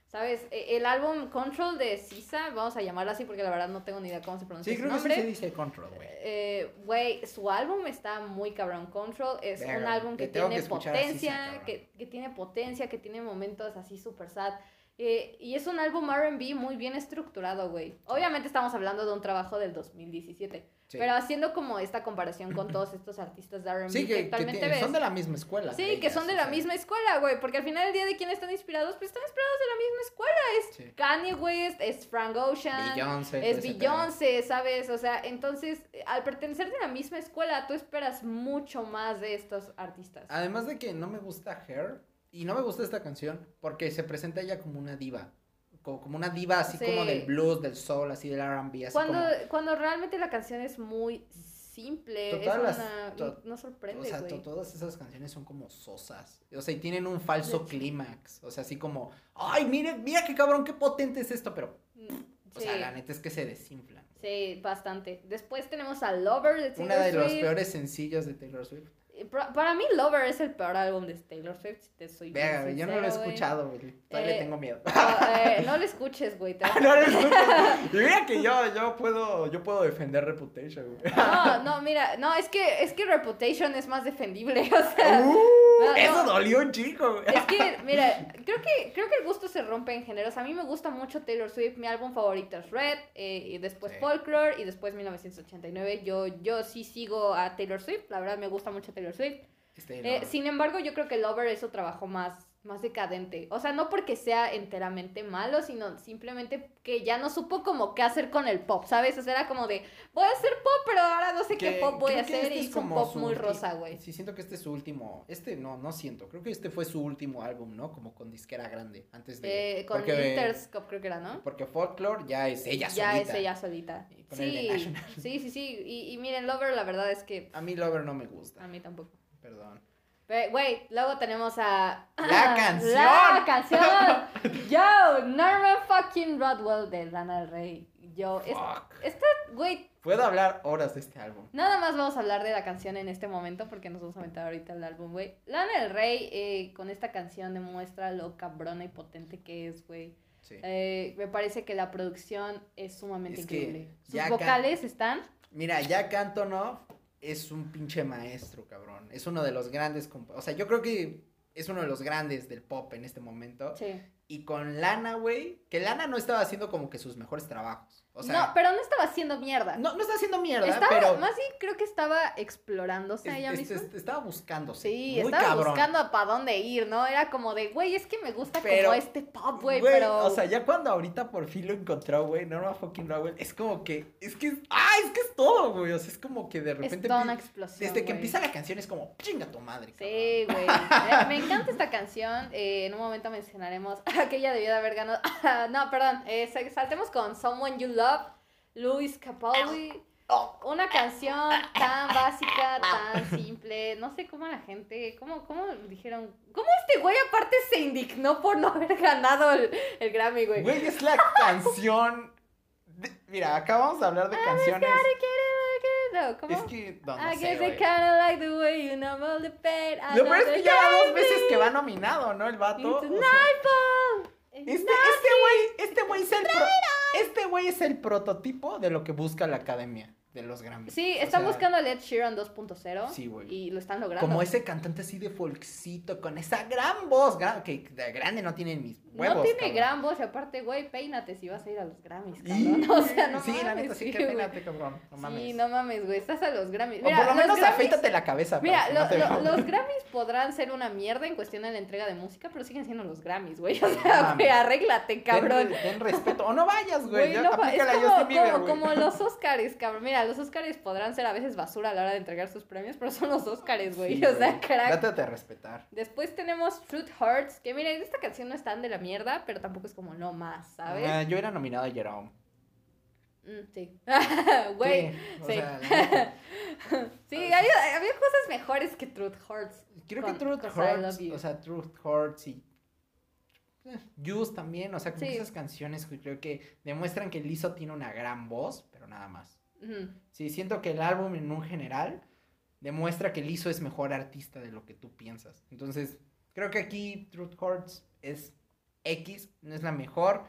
¿Sabes? Eh, El álbum Control de Sisa, vamos a llamarlo así porque la verdad no tengo ni idea cómo se pronuncia Sí, su creo que sí nombre. se dice Control, güey. Eh, Güey, su álbum está muy cabrón. Control es un Verga, álbum te que tengo tiene que escuchar así, potencia, cabrón. que, que tiene potencia, que tiene momentos así super sad. Eh, y es un álbum RB muy bien estructurado, güey. Obviamente estamos hablando de un trabajo del 2017, Sí. pero haciendo como esta comparación con todos estos artistas de RB Sí, que, que, que actualmente tienen- ves. son de la misma escuela. Sí, que ellas, son de o la sea, misma escuela, güey. Porque al final del día de quién están inspirados, pues están inspirados de la misma escuela. sí. Kanye West, es Frank Ocean, Beyoncé. todo es ese pedo. Beyoncé, ¿sabes? O sea, entonces, eh, al pertenecer de la misma escuela, tú esperas mucho más de estos artistas. Además de que no me gusta Hair y no me gusta esta canción porque se presenta ella como una diva. co- Como una diva así Sí. como del blues, del soul, así del RB. Así cuando, como, cuando realmente la canción es muy simple, es Total, las- una- to- no o sorprende, sea, güey. to- todas esas canciones son como sosas. O sea, y tienen un falso hecho. clímax. O sea, así como, ay, mire, mira qué cabrón, qué potente es esto. Pero, o Mm, Sí, sea, la neta es que se desinflan. sí, bastante. Después tenemos a Lover de Taylor Una de los Swift. peores sencillos de Taylor Swift. Eh, pro- Para mí, Lover es el peor álbum de Taylor Swift, si te soy bien Verga, yo no lo he sincera, güey. escuchado, güey. Todavía Eh, tengo miedo. No, eh, no lo escuches, güey. te vas a- no lo escucho. Y mira que yo, yo puedo, yo puedo defender Reputation, güey. No, no, mira, no, es que, es que Reputation es más defendible, o sea. Uh, no, eso no. Eh, dolió un chico, güey. Es que, mira, creo que, creo que el gusto se rompe en géneros. A mí me gusta mucho Taylor Swift, mi álbum favorito es Red, eh, y después Sí. Folklore, y después 1989. Yo, yo sí sigo a Taylor Swift, la verdad me gusta mucho Taylor Swift. Este, Eh, no. sin embargo, yo creo que Lover es su trabajo más, más decadente. O sea, no porque sea enteramente malo, sino simplemente que ya no supo como qué hacer con el pop, ¿sabes? O sea, era como de, voy a hacer pop, pero ahora no sé qué Que- pop voy a creo que hacer. este y es es un como pop su muy ulti- rosa, güey. Sí, siento que este es su último. Este no, no siento. Creo que este fue su último álbum, ¿no? Como con disquera grande. Antes de. Eh, con porque, Interscope creo que era, ¿no? Porque Folklore ya es ella ya solita. es ella solita. Y con el de Sí, National. sí, sí, sí. Y, y miren, Lover, la verdad es que A mí Lover no me a gusta. mí tampoco. Perdón. Pe- Güey, luego tenemos a... La canción. ¡La canción! Yo, Norman fucking Rodwell de Lana del Rey. Yo, es- Fuck. güey, Puedo hablar horas de este álbum. nada más vamos a hablar de la canción en este momento porque nos vamos a meter ahorita al álbum, güey. Lana del Rey eh, con esta canción demuestra lo cabrona y potente que es, güey. Sí. Eh, me parece que la producción es sumamente Es que increíble. ya Sus acá- vocales están... Mira, Jack Antonoff es un pinche maestro, cabrón. Es uno de los grandes. comp- O sea, yo creo que es uno de los grandes del pop en este momento. Sí. Y con Lana, güey, que Lana no estaba haciendo como que sus mejores trabajos. O no, sea, pero no estaba haciendo mierda. no, no, está haciendo mierda, estaba, pero más bien creo que estaba explorándose a ella es- es- misma. es- estaba buscándose. Sí, muy estaba cabrón. buscando a para dónde ir, ¿no? Era como de, güey, es que me gusta Pero- como este pop, güey, Güey, pero... O sea, ya cuando ahorita por fin lo encontró, güey, Norma fucking Rowell, es como que, es que, es- ah, es que es todo, güey, o sea, es como que de es repente, toda una empie- explosión, desde que güey. empieza la canción es como, chinga tu madre, Sí, güey. Eh, Me encanta esta canción. eh, en un momento mencionaremos que ella debió de haber ganado. no, perdón. eh, sa- saltemos con Someone You Love, Luis Capaldi. cabrón. Una canción tan básica, tan simple. No sé cómo la gente, cómo, cómo dijeron, cómo este güey aparte se indignó por no haber ganado el, el Grammy, güey. Güey, es la canción, de- mira, acá vamos a hablar de canciones, No, Ah, ¿cómo? Ah, es que, no, no I sé, guess I güey. kinda like the way you know all the pain. I know Lo peor es the que ya va dos baby. veces que va nominado, ¿no? El vato. It's o sea, nightfall. este, este güey, este güey es el, pro- este güey es el prototipo de lo que busca la academia de los Grammys. Sí, O están sea, buscando a Led Sheeran 2.0 Sí, güey. y lo están logrando. Como ese cantante así de folkcito, con esa gran voz, gran- que de grande no tiene mis huevos. no tiene cabrón. gran voz y aparte, güey, peínate si vas a ir a los Grammys, cabrón. Y- O sea, no sí, mames. la neta, sí, qué güey. peinate, cabrón. No mames. Sí, no mames, güey, estás a los Grammys. o por lo los menos Grammys- afeítate la cabeza. para Mira, que no lo- te lo- vean. los Grammys podrán ser una mierda en cuestión de la entrega de música, pero siguen siendo los Grammys, güey. O No sea, güey, mames. arréglate, cabrón. Ten, ten respeto. O no vayas, Güey, güey. ya no, pa- es aplícala a como, Justin Bieber, como, güey. como los Oscars, cabrón. Mira, los Oscars podrán ser a veces basura a la hora de entregar sus premios, pero son los Oscars, güey. Sí, o sea, güey. crack. Dátate a respetar. Después tenemos Fruit Hearts, que miren, esta canción no es tan de la mierda, pero tampoco es como no más, ¿sabes? Ah, yo era nominado a Jerome. Mm, sí. Güey, Sí, o sí. sea, la neta. sí, había, había cosas mejores que Truth Hearts. creo Con- que Truth con I Love Hurts, You. o sea, Truth Hurts y eh, Juice también, o sea, como que Sí. esas canciones que creo que demuestran que Lizzo tiene una gran voz, pero nada más. Ujú. Sí, siento que el álbum en un general demuestra que Lizzo es mejor artista de lo que tú piensas. Entonces, creo que aquí Truth Hurts es X, no es la mejor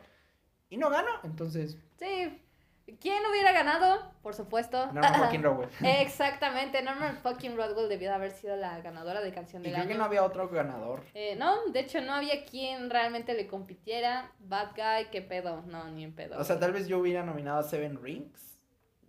y no gano, entonces, Sí. ¿Quién hubiera ganado? Por supuesto. no, no, fucking Rowell. Exactamente, Norman fucking Rodwell debió de haber sido la ganadora de canción Y del creo que año. no había otro ganador. Eh, no, de hecho no había quien realmente le compitiera. Bad Guy, qué pedo. No, ni en pedo. O sea, güey. tal vez yo hubiera nominado a Seven Rings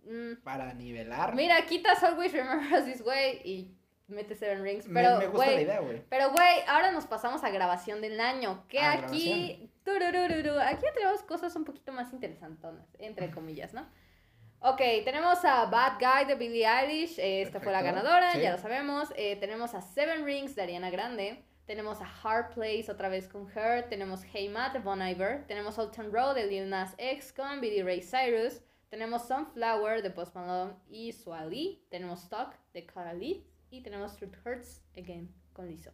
Mm. para nivelar. Mira, quitas Always Remember Us This Way y metes Seven Rings. Me- Pero, me, gusta güey, la idea, güey. Pero, güey, ahora nos pasamos a grabación del año. Que Ah, aquí. tururururu, aquí ya tenemos cosas un poquito más interesantonas, entre comillas, ¿no? Ok, tenemos a Bad Guy de Billie Eilish. eh, esta fue la Perfecto, ganadora, sí. ya lo sabemos. eh, tenemos a Seven Rings de Ariana Grande. Tenemos a Hard Place otra vez con Her. Tenemos Hey Ma de Bon Iver. Tenemos Old Town Road de Lil Nas X con BD Ray Cyrus. Tenemos Sunflower de Post Malone y Suali. Tenemos Stock de Cara Lee. Y tenemos Truth Hurts Again con Lizzo.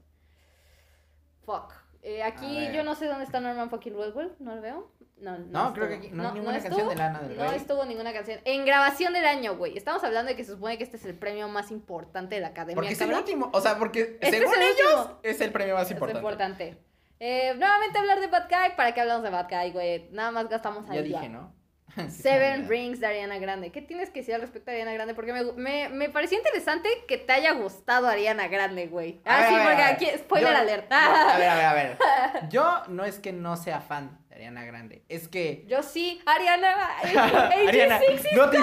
Fuck. Eh, A aquí ver. yo no sé dónde está Norman fucking Rockwell. No lo veo. No, No, no. creo que estuvo. aquí no, hay ninguna canción de Lana del No Rey. estuvo ninguna canción. En grabación del año, güey. Estamos hablando de que se supone que este es el premio más importante de la academia. Porque es el cabrón. último, o sea, porque Este según es el ellos último. es el premio más Es importante. importante. Eh, nuevamente hablar de Bad Guy. ¿Para qué hablamos de Bad Guy, güey? Nada más gastamos Ya ahí. dije, ¿no? Sí, se me Seven olvidó. Rings de Ariana Grande. ¿Qué tienes que decir al respecto de Ariana Grande? Porque me, me, me pareció interesante que te haya gustado Ariana Grande, güey. A Ah, ver, sí, a ver, porque a ver. aquí, spoiler Yo- alert. A ver, a ver, a ver. Yo no es que no sea fan de Ariana Grande, es que Yo sí, Ariana. Ariana, Ariana. no te seame,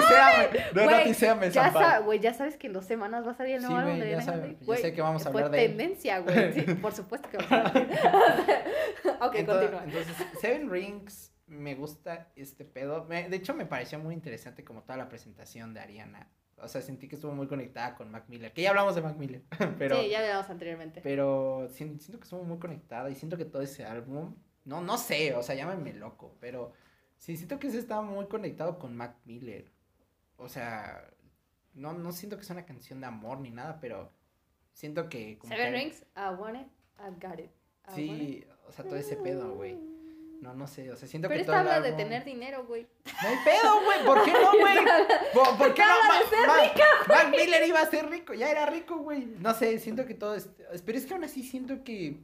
no, no Güey, te seame, Ya, Zampal. sa- güey, ya sabes que en dos semanas va a salir el nuevo Sí, álbum güey, de ya Ariana sabe, Grande. ya Güey, sé que vamos a fue hablar de él. tendencia, güey. Sí, por supuesto que vamos a hablar de él. ok, Entonces, continúa. entonces, Seven Rings me gusta este pedo. Me- de hecho, me pareció muy interesante como toda la presentación de Ariana. O sea, sentí que estuvo muy conectada con Mac Miller. Que ya hablamos de Mac Miller, pero sí, ya hablamos anteriormente. Pero sien- siento que estuvo muy conectada y siento que todo ese álbum, no, no sé, o sea, llámame loco, pero sí siento que se está muy conectado con Mac Miller. O sea, no, no siento que sea una canción de amor ni nada, pero siento que... como Seven que- Rings, ah, I want it, I got it. I want it. Sí, o sea, todo ese pedo, güey. No, no sé, o sea, siento Pero que... esta todo el habla de álbum- tener dinero, güey. No hay pedo, güey, ¿por qué no, güey? ¿Por, por qué no? Acaba de Ma- ser Ma- Mac Miller iba a ser rico, ya era rico, güey. No sé, siento que todo es... Pero es que aún así siento que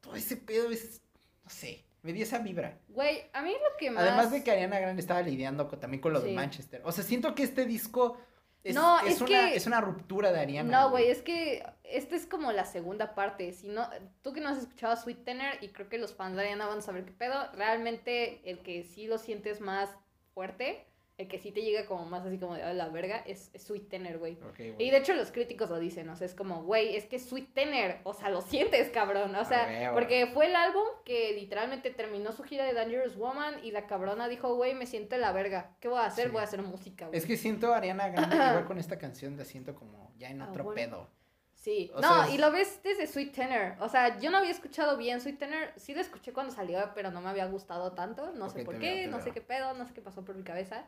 todo ese pedo es... No sé, me dio esa vibra. Güey, a mí lo que más... Además de que Ariana Grande estaba lidiando con- también con lo de Sí. Manchester. O sea, siento que este disco Es, No, es es una, que- es una ruptura de Ariana. No, güey, es que esta es como la segunda parte. Si no, tú que no has escuchado a Sweet Tenor y creo que los fans de Ariana van a saber qué pedo, realmente el que sí lo sientes más fuerte, el que sí te llega como más así como de "Ah, la verga, es, es Sweet Tenor, güey. Ok, Y güey. de hecho los críticos lo dicen, o sea, es como, güey, es que es Sweet Tenor, o sea, lo sientes, cabrón, o sea, huevo. porque fue el álbum que literalmente terminó su gira de Dangerous Woman y la cabrona dijo, güey, me siento la verga, ¿qué voy a hacer? Sí. Voy a hacer música, güey. Es que siento a Ariana Grande igual con esta canción, la siento como ya en Ah, otro bueno. pedo. Sí, O no, sea, es- y lo ves desde Sweet Tenor. O sea, yo no había escuchado bien Sweet Tenor. Sí lo escuché cuando salió, pero no me había gustado tanto. No Ok, sé por te qué, veo, te no sé veo. qué pedo, no sé qué pasó por mi cabeza.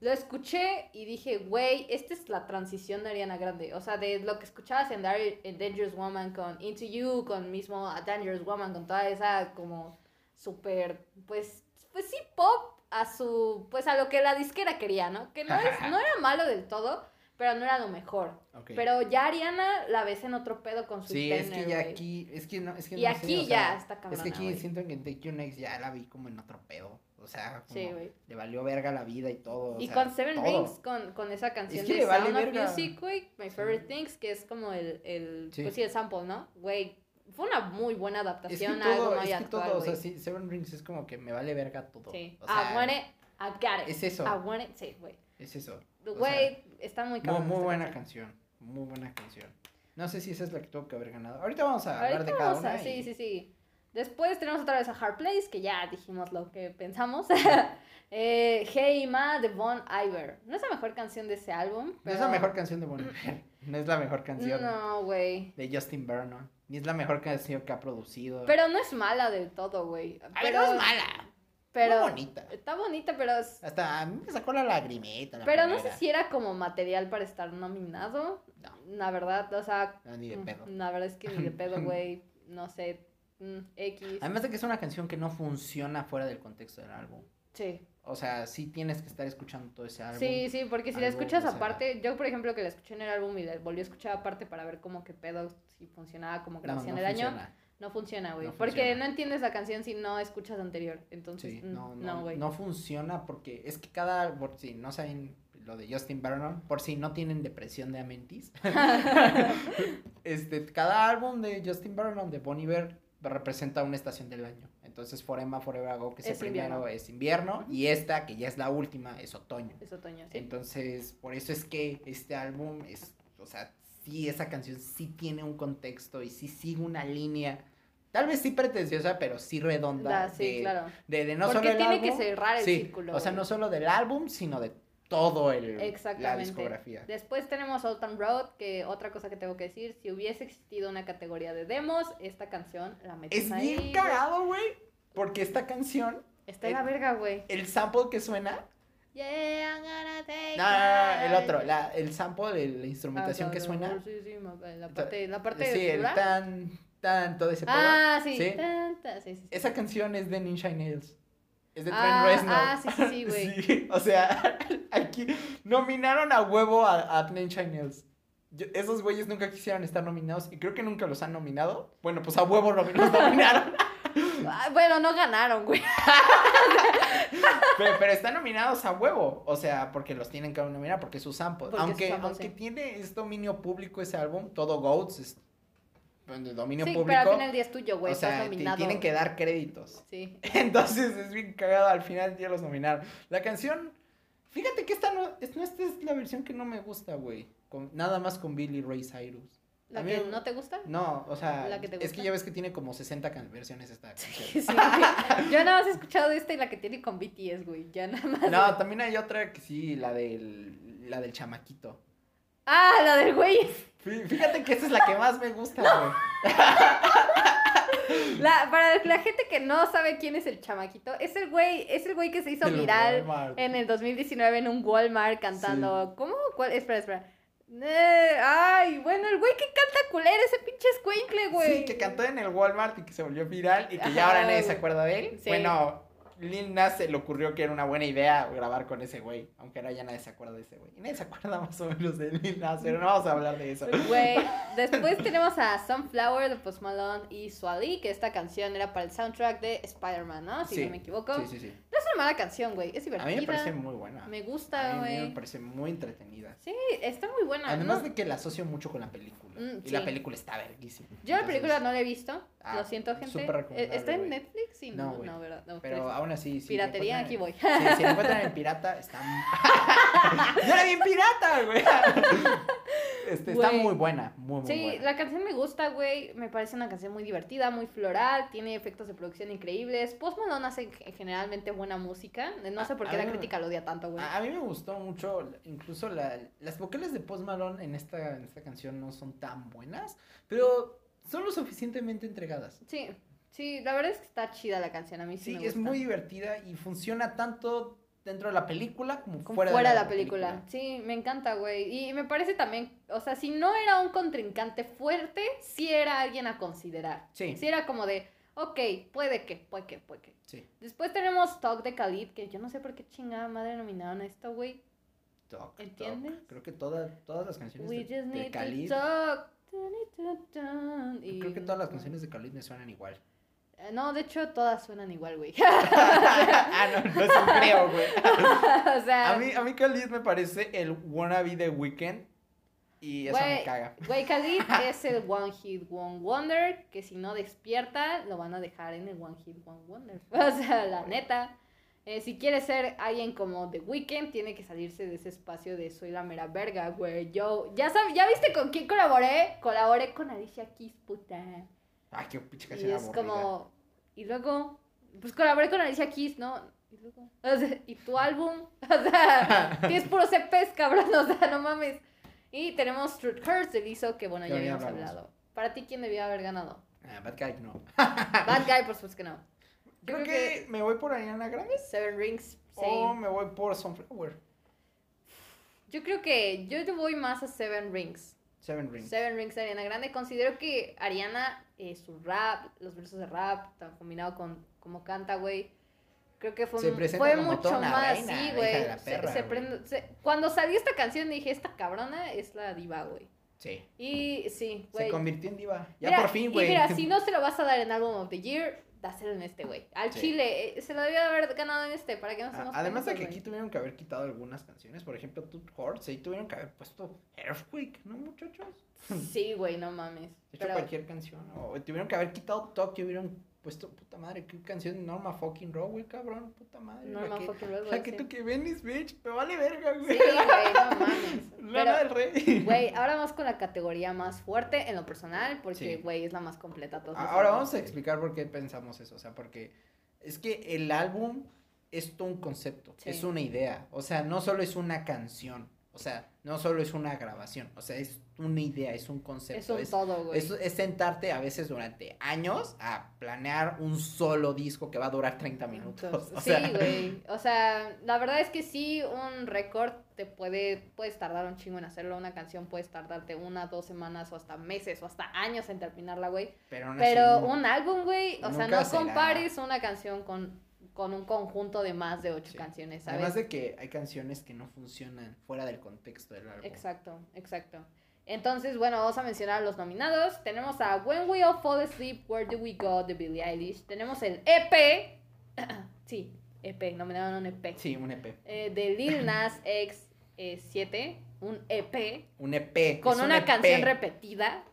Lo escuché y dije, güey, esta es la transición de Ariana Grande. O sea, de lo que escuchabas en, Dar en Dangerous Woman con Into You, con mismo a Dangerous Woman, con toda esa como súper, pues, pues sí, pop a su, pues a lo que la disquera quería, ¿no? Que no, es- no era malo del todo, pero no era lo mejor. Ok. Pero ya Ariana la ves en otro pedo con su sí, es que tenor, ya güey. aquí, es que no, es que Y no sé, aquí o sea, ya está cabrona, Es que aquí güey. siento que en Take Your Next ya la vi como en otro pedo. O sea, como Sí, güey. le valió verga la vida y todo. o Y sea, con Seven todo. Rings, con, con esa canción que de le vale Sound of verga. Music, güey, My Sí. Favorite Things, que es como el, el Sí. pues sí, el sample, ¿no? Güey, fue una muy buena Es que adaptación a algo todo, muy es que actual, todo, o sea, güey. sí, Seven Rings es como que me vale verga todo. Sí. Ah, O sea, I want it, I got it. es eso. I want it, sí, güey. es eso. O sea, Güey, está muy Muy, cabrón. muy esta buena canción. canción, muy buena canción. No sé si esa es la que tuvo que haber ganado. Ahorita vamos a hablar Ahorita de cada vamos a- una. sí, y- sí, sí. Después tenemos otra vez a Hard Place, que ya dijimos lo que pensamos. eh, hey Ma de Bon Iver. No es la mejor canción de ese álbum. No es pero- la mejor canción de Bon Iver, no es la mejor canción No, güey. de Justin Vernon, ni es la mejor canción que ha producido. Pero no es mala del todo, güey. A ver, Pero, no es mala, pero- pero bonita. Está bonita, pero... es- Hasta a mí me sacó la lagrimita. la Pero no sé primera. si era como material para estar nominado. No, La verdad, o sea... no, Ah, ni de mm, pedo. La verdad es que ni de pedo, güey. No sé. mm, X. Además de que es una canción que no funciona fuera del contexto del álbum. Sí. O sea, sí tienes que estar escuchando todo ese álbum. Sí, sí, porque si la algo, escuchas o sea- aparte, yo por ejemplo que la escuché en el álbum y la volví a escuchar aparte para ver cómo que pedo, si funcionaba como no, no grabación del año, funciona. no funciona, güey. No porque funciona. no entiendes la canción si no escuchas anterior. Entonces, Sí, mm, no, no, no, güey. no funciona porque es que cada, por si no saben lo de Justin Vernon, por si no tienen depresión de Amentis, este, cada álbum de Justin Vernon, de Bon Iver, representa una estación del año. Entonces, Forema, Forever Ago, que es, el Es primero, invierno. es invierno, y esta, que ya es la última, es otoño. Es otoño, sí. Entonces, por eso es que este álbum es, o sea, sí, esa canción sí tiene un contexto y sí sigue una línea, tal vez sí pretenciosa, pero sí redonda. Da, sí, de- claro. de, de no porque solo el tiene álbum, que cerrar el sí, círculo. O sea, güey. no solo del álbum, sino de todo el la Exactamente. discografía. Después tenemos Old Town Road, que otra cosa que tengo que decir, si hubiese existido una categoría de demos, esta canción la metes Es ahí. bien güey. cagado, Eh, güey, porque esta canción, Está en la verga, güey. el sample que suena, Yeah, I'm gonna take no, no, no, no, my- el otro, la- el sample de la Ah, instrumentación que claro, suena, Sí, sí, ma- la Ta- parte, la parte sí, el ¿verdad? tan, tan, todo ese pedo. Ah, sí. Sí. tan, tan, sí, sí, sí. Esa canción es de Ninja Nails. Es de Ah, Trent Reznor. ah, sí, sí, sí, güey. Sí, o sea, aquí nominaron a huevo a, a Nine Inch Nails. Yo- esos güeyes nunca quisieron estar nominados y creo que nunca los han nominado. Bueno, pues a huevo los nominaron. Ah, bueno, no ganaron, güey. pero, pero están nominados a huevo. O sea, porque los tienen que nominar, porque es su sample. Porque es su aunque sample, aunque sí. tiene es dominio público ese álbum, todo Goats es bueno, de dominio Sí, público. pero al final del día es tuyo, güey. o sea, estás ti- nominado. tienen que dar créditos. Sí. Entonces es bien cagado, al final ya los nominaron. La canción, fíjate que esta no, es, no, esta es la versión que no me gusta, güey. Con- nada más con Billy Ray Cyrus. A ¿La mí que me- no te gusta? No, o sea, ¿La que te es gusta? que ya ves que tiene como 60 can- versiones esta canción. Sí, güey. Yo nada más he escuchado esta y la que tiene con BTS, güey. Ya nada más. No, también hay otra que sí, la del, la del chamaquito. Ah, la del güey. Fí- Fíjate que esa es la que más me gusta, güey. La, para la gente que no sabe quién es el chamaquito, es el güey, es el güey que se hizo Del viral Walmart. en el 2019 en un Walmart cantando. ¿Cómo? ¿Cuál? Espera, espera. Eh, ay, bueno, el güey que canta culero, ese pinche escuincle, güey. Sí, que cantó en el Walmart y que se volvió viral y que ya Ajá, ahora nadie se güey. acuerda de él. Sí. Bueno, Lil Nas se le ocurrió que era una buena idea grabar con ese güey, aunque ahora ya nadie se acuerda de ese güey. Y nadie se acuerda más o menos de Lil Nas, pero no vamos a hablar de eso. Güey, después tenemos a Sunflower de Post Malone y Swally, que esta canción era para el soundtrack de Spider-Man, ¿no? Si Sí, no me equivoco. sí, sí. No es es una mala canción, güey. Es A divertida. mí me parece muy buena. Me a gusta, mí me güey. parece muy entretenida. Sí, está muy buena. Además ¿no? de que la asocio mucho con la película. Mm, y la sí. película está verguísima. Yo la Entonces, película no la he visto. Ah, lo siento, gente. súper Eh, recomendable, ¿Está en güey. Netflix? Sí, No, no, güey. no, ¿verdad? No, Pero pues, aún así, sí. piratería, encuentran aquí en- voy. Sí, si la encuentran en pirata, está. ¡No la vi en pirata, güey! Este, está Güey. muy buena, muy, muy Sí, buena. la canción me gusta, güey. Me parece una canción muy divertida, muy floral. Tiene efectos de producción increíbles. Post Malone hace g- generalmente buena música. No A- sé por Ah, a Ah. qué la mí me- crítica lo odia tanto, güey. A, a mí me gustó mucho, incluso la- las vocales de Post Malone en esta, en esta canción no son tan buenas, pero son lo suficientemente entregadas. Sí, sí, la verdad es que está chida la canción. A mí sí, Sí, me es gusta. muy divertida y funciona tanto dentro de la película como Como fuera, de la película. Sí, me encanta, güey. Y me parece también, o sea, si no era un contrincante fuerte, sí era alguien a considerar. Sí, Sí era como de, ok, puede que, puede que, puede que. sí. Después tenemos Talk de Khalid, que yo no sé por qué chingada madre nominaron a esto, güey. Toc, toc. ¿Entiendes? Creo que toda- todas las canciones We de, just de need Khalid- to talk. Dun, dun, dun, dun. Y- Creo que todas las canciones de Khalid me suenan igual. Eh, No, de hecho, todas suenan igual, güey. ah, no, no se creo, güey. Ah. o sea, A mí, a mí Khalid me parece el wannabe de Weekend y eso me Güey. caga. güey, Khalid es el One Hit One Wonder, que si no despierta, lo van a dejar en el One Hit One Wonder. O sea, la neta. eh, si quiere ser alguien como The Weeknd, tiene que salirse de ese espacio de soy la mera verga, güey. Yo, ya sabes, ¿ya viste con quién colaboré? Colaboré con Alicia Keys, puta. Ay, qué pinche Y canción es aburrida. como. Y luego. Pues colaboré con Alicia Keys, ¿no? Y luego. o sea, y tu álbum. O sea, que es puro CPs, cabrón. O sea, no mames. Y tenemos Truth Hurts de Lizzo, que bueno, Que ya ya habíamos hablamos. hablado. Para ti, ¿quién debía haber ganado? Ah, Bad Guy, no. Bad Guy, por supuesto que no. Creo, que, me voy por Ariana Grande Seven Rings, o same. me voy por Sunflower. Yo creo que. Yo te voy más a Seven Rings. Seven Rings. Seven Rings de Ariana Grande. Considero que Ariana, eh, su rap, los versos de rap, tan combinado con como canta, güey. Creo que fue, Se mu- presenta fue como mucho toda una más, reina, la sí, hija güey. de la Se- perra, se güey. prende- se- cuando salió esta canción dije, esta cabrona es la diva, güey. Sí. Y sí, Se güey. convirtió en diva. Ya Mira, por fin, Y güey. mira, si no se lo vas a dar en Album of the Year, dáselo en este, güey. Al Sí. Chile, eh, se lo debió haber ganado en este, para que no A- seamos Ah, Además de que pendejos, aquí tuvieron que haber quitado algunas canciones, por ejemplo, Tooth Horse, ahí tuvieron que haber puesto Earthquake, ¿no, muchachos? güey. Sí, güey, no mames. De hecho, Pero, cualquier canción. O tuvieron que haber quitado Talk y hubieran puesto, puta madre, qué canción de Norma fucking Row, güey, cabrón, puta madre. Norman la que, fucking Rockwell, la que sí. tú que venís, bitch, me vale verga, Sí, güey. güey, no mames. Pero- Lana del Rey. Güey, ahora vamos con la categoría más fuerte en lo personal, porque, Sí. güey, es la más completa. Todos A- lo Ahora sabemos. vamos a explicar por qué pensamos eso, o sea, porque es que el álbum es todo un concepto, Sí. es una idea, o sea, no solo es una canción, o sea, no solo es una grabación, o sea, es una idea, es un concepto, Es un es- todo, güey. pues, Es, es sentarte a veces durante años a planear un solo disco que va a durar 30 minutos. Entonces, o sí, sea, güey. O sea, la verdad es que sí, un récord te puede, puedes tardar un chingo en hacerlo. Una canción puedes tardarte una, dos semanas o hasta meses o hasta años en terminarla, güey. pero, aún así Pero no- un álbum, güey, o sea, Nunca no será. compares una canción con, con un conjunto de más de ocho Sí. canciones, ¿sabes? Además de que hay canciones que no funcionan fuera del contexto del álbum. Exacto, exacto. Entonces, bueno, vamos a mencionar a los nominados. Tenemos a When We All Fall Asleep, Where Do We Go de Billie Eilish. Tenemos el EP. sí, EP, nominaron un EP. Sí, un E EP. Eh, de Lil Nas X 7, un EP, Un EP. con es un E una EP. canción repetida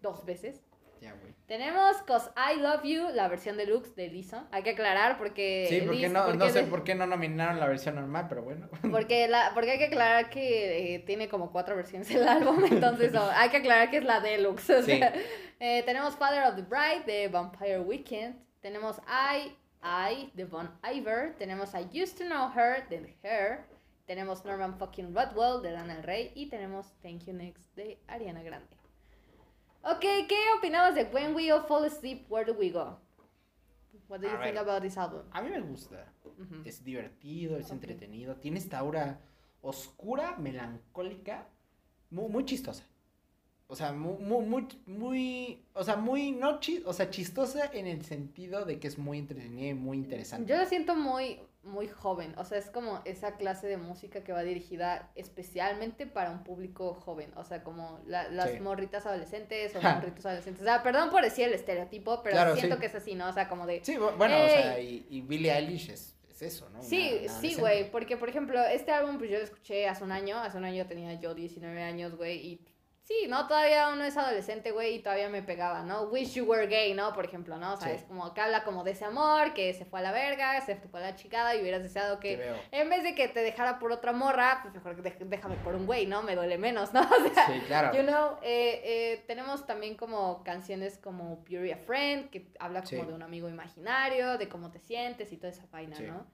dos veces. Ya, güey. Tenemos Cause I Love You, la versión deluxe de Lizzo. Hay que aclarar porque. Sí, porque Liz- no, no sé de- por qué no nominaron la versión normal, pero bueno. Porque, la, porque hay que aclarar que eh, tiene como cuatro versiones el álbum, entonces oh, hay que aclarar que es la deluxe. o Sí. sea. Eh, tenemos Father of the Bride de Vampire Weekend, tenemos I, I de Von Iver, tenemos I Used to Know Her de The Hair, tenemos Norman fucking Rodwell de Lana Del Rey y tenemos Thank You Next de Ariana Grande. Ok, ¿qué opinabas de When We All Fall Asleep, Where Do We Go? What do you A think ver. about this album? A mí me gusta. Ujú. Es divertido, es Ok. entretenido. Tiene esta aura oscura, melancólica, muy, muy chistosa. O sea, muy, muy, muy, muy- o sea, muy, no chi- o sea, chistosa en el sentido de que es muy entretenida y muy interesante. Mm, Yo la siento muy, muy joven. O sea, es como esa clase de música que va dirigida especialmente para un público joven. O sea, como la- las Sí. morritas adolescentes o Ja. morritos adolescentes. O sea, perdón por decir el estereotipo, pero Claro, siento sí. que es así, ¿no? O sea, como de. Sí, bu- bueno, o sea, Ey. y, y Billie Eilish es, es es eso, ¿no? Sí, Una- una sí, güey, porque por ejemplo, este álbum pues yo lo escuché hace un año, hace un año tenía yo 19 años, güey, y sí, ¿no? Todavía uno es adolescente, güey, y todavía me pegaba, ¿no? Wish You Were Gay, ¿no? Por ejemplo, ¿no? O sea, Sí. es como que habla como de ese amor, que se fue a la verga, se fue a la chicada y hubieras deseado Te que... veo. En vez de que te dejara por otra morra, pues mejor dej- déjame por un güey, ¿no? Me duele menos, ¿no? O sea, Sí, claro. You know, eh, eh, tenemos también como canciones como Beauty a Friend, que habla como Sí. de un amigo imaginario, de cómo te sientes y toda esa vaina, Sí. ¿no?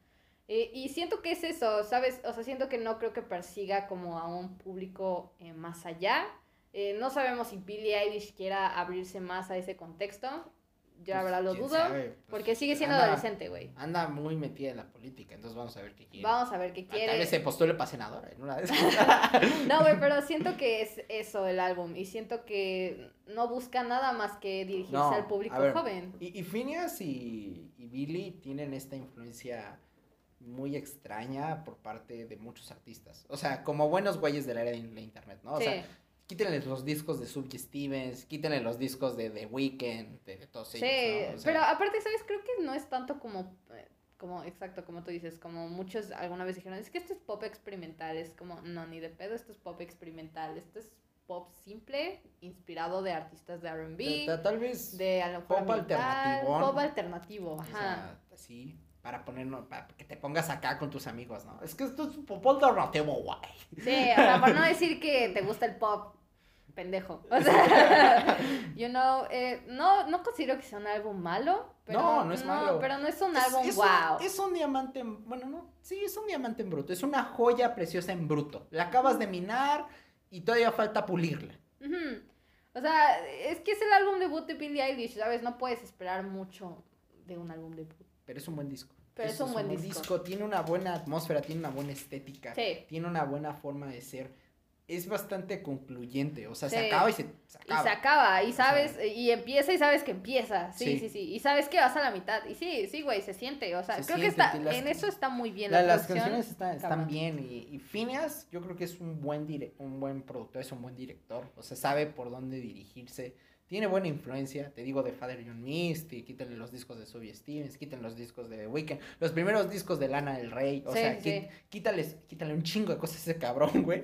Eh, y siento que es eso, ¿sabes? O sea, siento que no creo que persiga como a un público eh, más allá. Eh, no sabemos si Billie Eilish quiera abrirse más a ese contexto. Yo la Pues, verdad lo quién dudo, sabe, pues, porque sigue siendo anda- adolescente, güey. Anda muy metida en la política, entonces vamos a ver qué quiere. Vamos a ver qué Ah, Tal quiere. vez se postule para senadora en una de esas. No, güey, pero siento que es eso el álbum. Y siento que no busca nada más que dirigirse No, al público a ver. joven. y, y Phineas y, y Billy tienen esta influencia muy extraña por parte de muchos artistas. O sea, como buenos güeyes del área de la internet, ¿no? O sí, sea, quítenle los discos de Subji Stevens, quítenle los discos de The Weeknd, de, de todos sí. ellos, ¿no? O sea, pero aparte, ¿sabes? Creo que no es tanto como, eh, como, exacto, como tú dices, como muchos alguna vez dijeron, es que esto es pop experimental, es como, no, ni de pedo, esto es pop experimental, esto es pop simple, inspirado de artistas de ta- R&B, ta- tal vez... de a lo mejor pop ambiental, alternativón. pop alternativo, o ajá. sea, así, para ponernos, para que te pongas acá con tus amigos, ¿no? Es que esto es un pop alternativo, guay. Sí, o sea, por no decir que te gusta el pop, pendejo. O sea, you know, eh, no, no considero que sea un álbum malo. Pero, No, no es malo. pero no es un Es- álbum es un- wow. es un diamante, en- bueno, no, sí, es un diamante en bruto, es una joya preciosa en bruto. La acabas de minar y todavía falta pulirla. Ujú. O sea, es que es el álbum debut de Billie Eilish, ¿sabes? No puedes esperar mucho de un álbum debut. Pero es un buen disco. Pero es un buen disco. Tiene una buena atmósfera, tiene una buena estética, Sí. tiene una buena forma de ser. Es bastante concluyente, o sea, Sí. se acaba y se, se Y se acaba. acaba, y sea, sabes, y empieza y sabes que empieza. Sí, sí, Sí. sí. Y sabes que vas a la mitad. Y sí, sí, güey, se siente. O sea, Se creo que siente, está, te las- en eso está muy bien. La- La, las producción. canciones están, están cabrón. bien y, y Phineas yo creo que es un buen dire- un buen productor, es un buen director, o sea, sabe por dónde dirigirse, tiene buena influencia, te digo de Father John Misty, quítenle los discos de Subie Stevens, quítenle los discos de The Weeknd, los primeros discos de Lana del Rey, o Sí, sea, sí, quí- sí. quítales, quítale un chingo de cosas a ese cabrón, güey.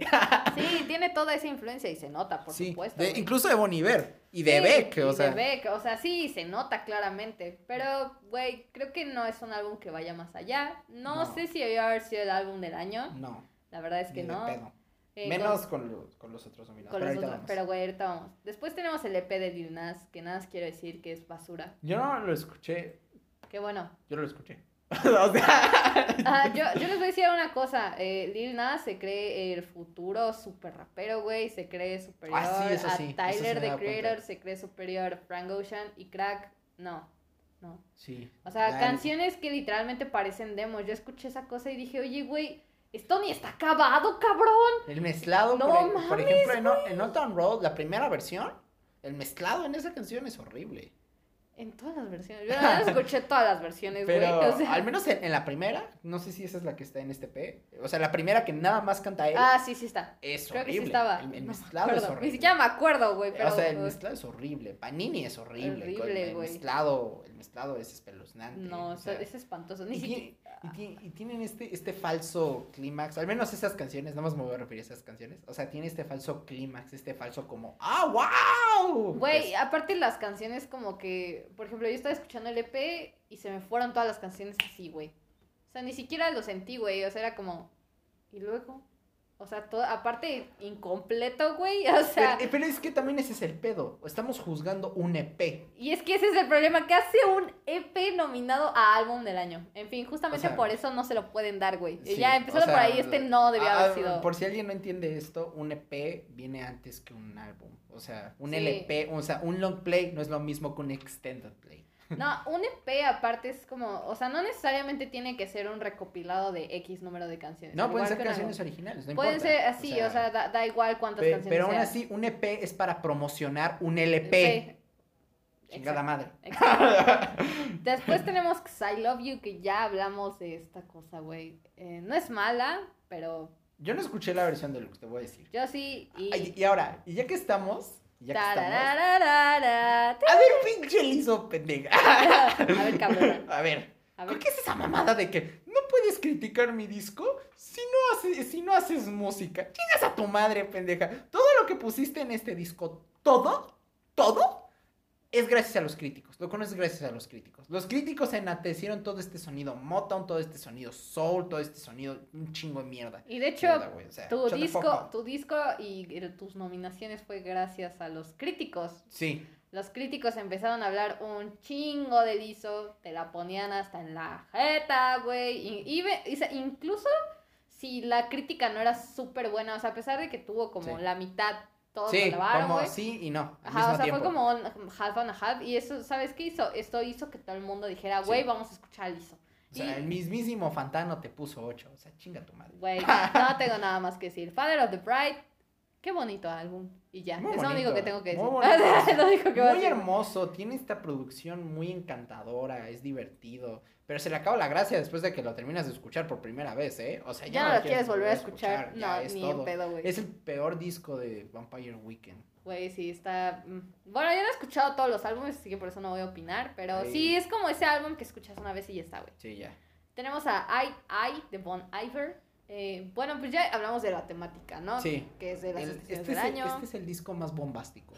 Sí, tiene toda esa influencia y se nota, por Sí, supuesto. de- güey. incluso de Bon Iver y de Sí, Beck, y o de sea, Beck, o sea, sí, se nota claramente. Pero, güey, creo que no es un álbum que vaya más allá. No, No. sé si debió haber sido el álbum del año. no, La verdad es que ni de no. pedo. Eh, menos con, los- con los otros nominados, con pero los ahorita otros- vamos. pero, güey, ahorita vamos. Después tenemos el EP de Lil Nas, que nada más quiero decir que es basura. Yo no lo escuché, Qué bueno. yo no lo escuché. o sea, Ah, yo, yo les voy a decir una cosa. eh, Lil Nas se cree el futuro super rapero, güey. Se cree superior Ah, sí, eso a sí, eso sí me Tyler, he the dado cuenta. Creator. Se cree superior a Frank Ocean. Y Crack, no. No. sí. O sea, ya- canciones que literalmente parecen demos. Yo escuché esa cosa y dije, oye, güey, esto ni está acabado, cabrón. El mezclado, No por, e- por mames, ejemplo, en, O- en Not on Road, la primera versión, el mezclado en esa canción es horrible. En todas las versiones. Yo la verdad, escuché todas las versiones, güey. Pero o sea. al menos en, en la primera, no sé si esa es la que está en este P, o sea, la primera que nada más canta él, Ah, sí, sí está. es Creo horrible. que sí estaba. El, el No me mezclado es acuerdo. horrible. Ni siquiera me acuerdo, güey. Pero, o sea, el uh, mezclado es horrible. Panini es horrible. Horrible, con- el güey. mezclado, el mezclado es espeluznante. no, o eso- sea, es espantoso. Ni y, siquiera. tiene- y tiene- y tienen este, este falso clímax, al menos esas canciones, nada más me voy a referir a esas canciones, o sea, tiene este falso clímax, este falso como, ¡ah, wow! Güey, aparte las canciones como que, por ejemplo, yo estaba escuchando el EP y se me fueron todas las canciones así, güey. O sea, ni siquiera lo sentí, güey. O sea, era como, ¿y luego? O sea, todo, aparte incompleto, güey. O sea, pero, pero es que también ese es el pedo. Estamos juzgando un E EP. y es que ese es el problema, que hace un EP nominado a álbum del año. En fin, justamente O sea, por eso no se lo pueden dar, güey. Sí, ya, o empezando sea, por ahí, este no debía ah, haber sido. Por si alguien no entiende esto, un EP viene antes que un álbum. O sea, un Sí. LP, o sea, un long play no es lo mismo que un extended play. No, un EP aparte es como, o sea, no necesariamente tiene que ser un recopilado de X número de canciones. No, al pueden igual ser que un álbum. canciones originales, no Pueden importa. ser así, o sea, da, da igual cuántas pe- canciones pero aún sean. así, un EP es para promocionar un Sí, LP. Chingada exacto, madre. exacto. Después tenemos I Love You, que ya hablamos de esta cosa, güey. Eh, no es mala, pero Yo no escuché la versión deluxe, te voy a decir. yo sí. Y... Ay, y ahora, y ya que estamos, ya que estamos. Tarararara, A ver, pinche liso pendeja. ta- A ver, cabrón. A ver, A ver, Creo que es esa mamada de que no puedes criticar mi disco si no, hace- si no haces música. Chingas a tu madre, pendeja. Todo lo que pusiste en este disco, todo, todo, es gracias a los críticos. Lo conoces gracias a los críticos. Los críticos enatecieron todo este sonido Motown, todo este sonido Soul, todo este sonido un chingo de mierda. Y de hecho, Mierda, güey, o sea, tu shut the fuck disco, up. tu disco y el- tus nominaciones fue gracias a los críticos. Sí, Los críticos empezaron a hablar un chingo de liso, te la ponían hasta en la jeta, güey. Y, y ve- y se- incluso si la crítica no era súper buena, o sea, a pesar de que tuvo como Sí. la mitad, todos sí, lo alabaron, como güey. sí y no. Al Ajá, mismo o sea, tiempo. fue como un half and a half. Y eso, ¿sabes qué hizo? Esto hizo que todo el mundo dijera, Sí. güey, vamos a escuchar a liso. O sea, y- el mismísimo Fantano te puso 8. O sea, chinga tu madre. Güey, no tengo nada más que decir. Father of the Bride, qué bonito álbum. Y ya, Muy es lo único bonito, que tengo que decir. muy bonito. Es lo único que voy a Muy decir. hermoso, tiene esta producción muy encantadora, es divertido, pero se le acaba la gracia después de que lo terminas de escuchar por primera vez, ¿eh? O sea, ya, Ya no lo quieres volver a escuchar. ya No, es ni todo. en pedo, güey. Es el peor disco de Vampire Weekend. Güey, sí, está... mm. Bueno, yo no he escuchado todos los álbumes, así que por eso no voy a opinar, pero Ahí. sí, es como ese álbum que escuchas una vez y ya está, güey. Sí, ya. Tenemos a I, I, de Bon Iver. Eh, bueno, pues ya hablamos de la temática, ¿no? Sí. Que es de las El- estaciones este, del es el, año. este es el disco más bombástico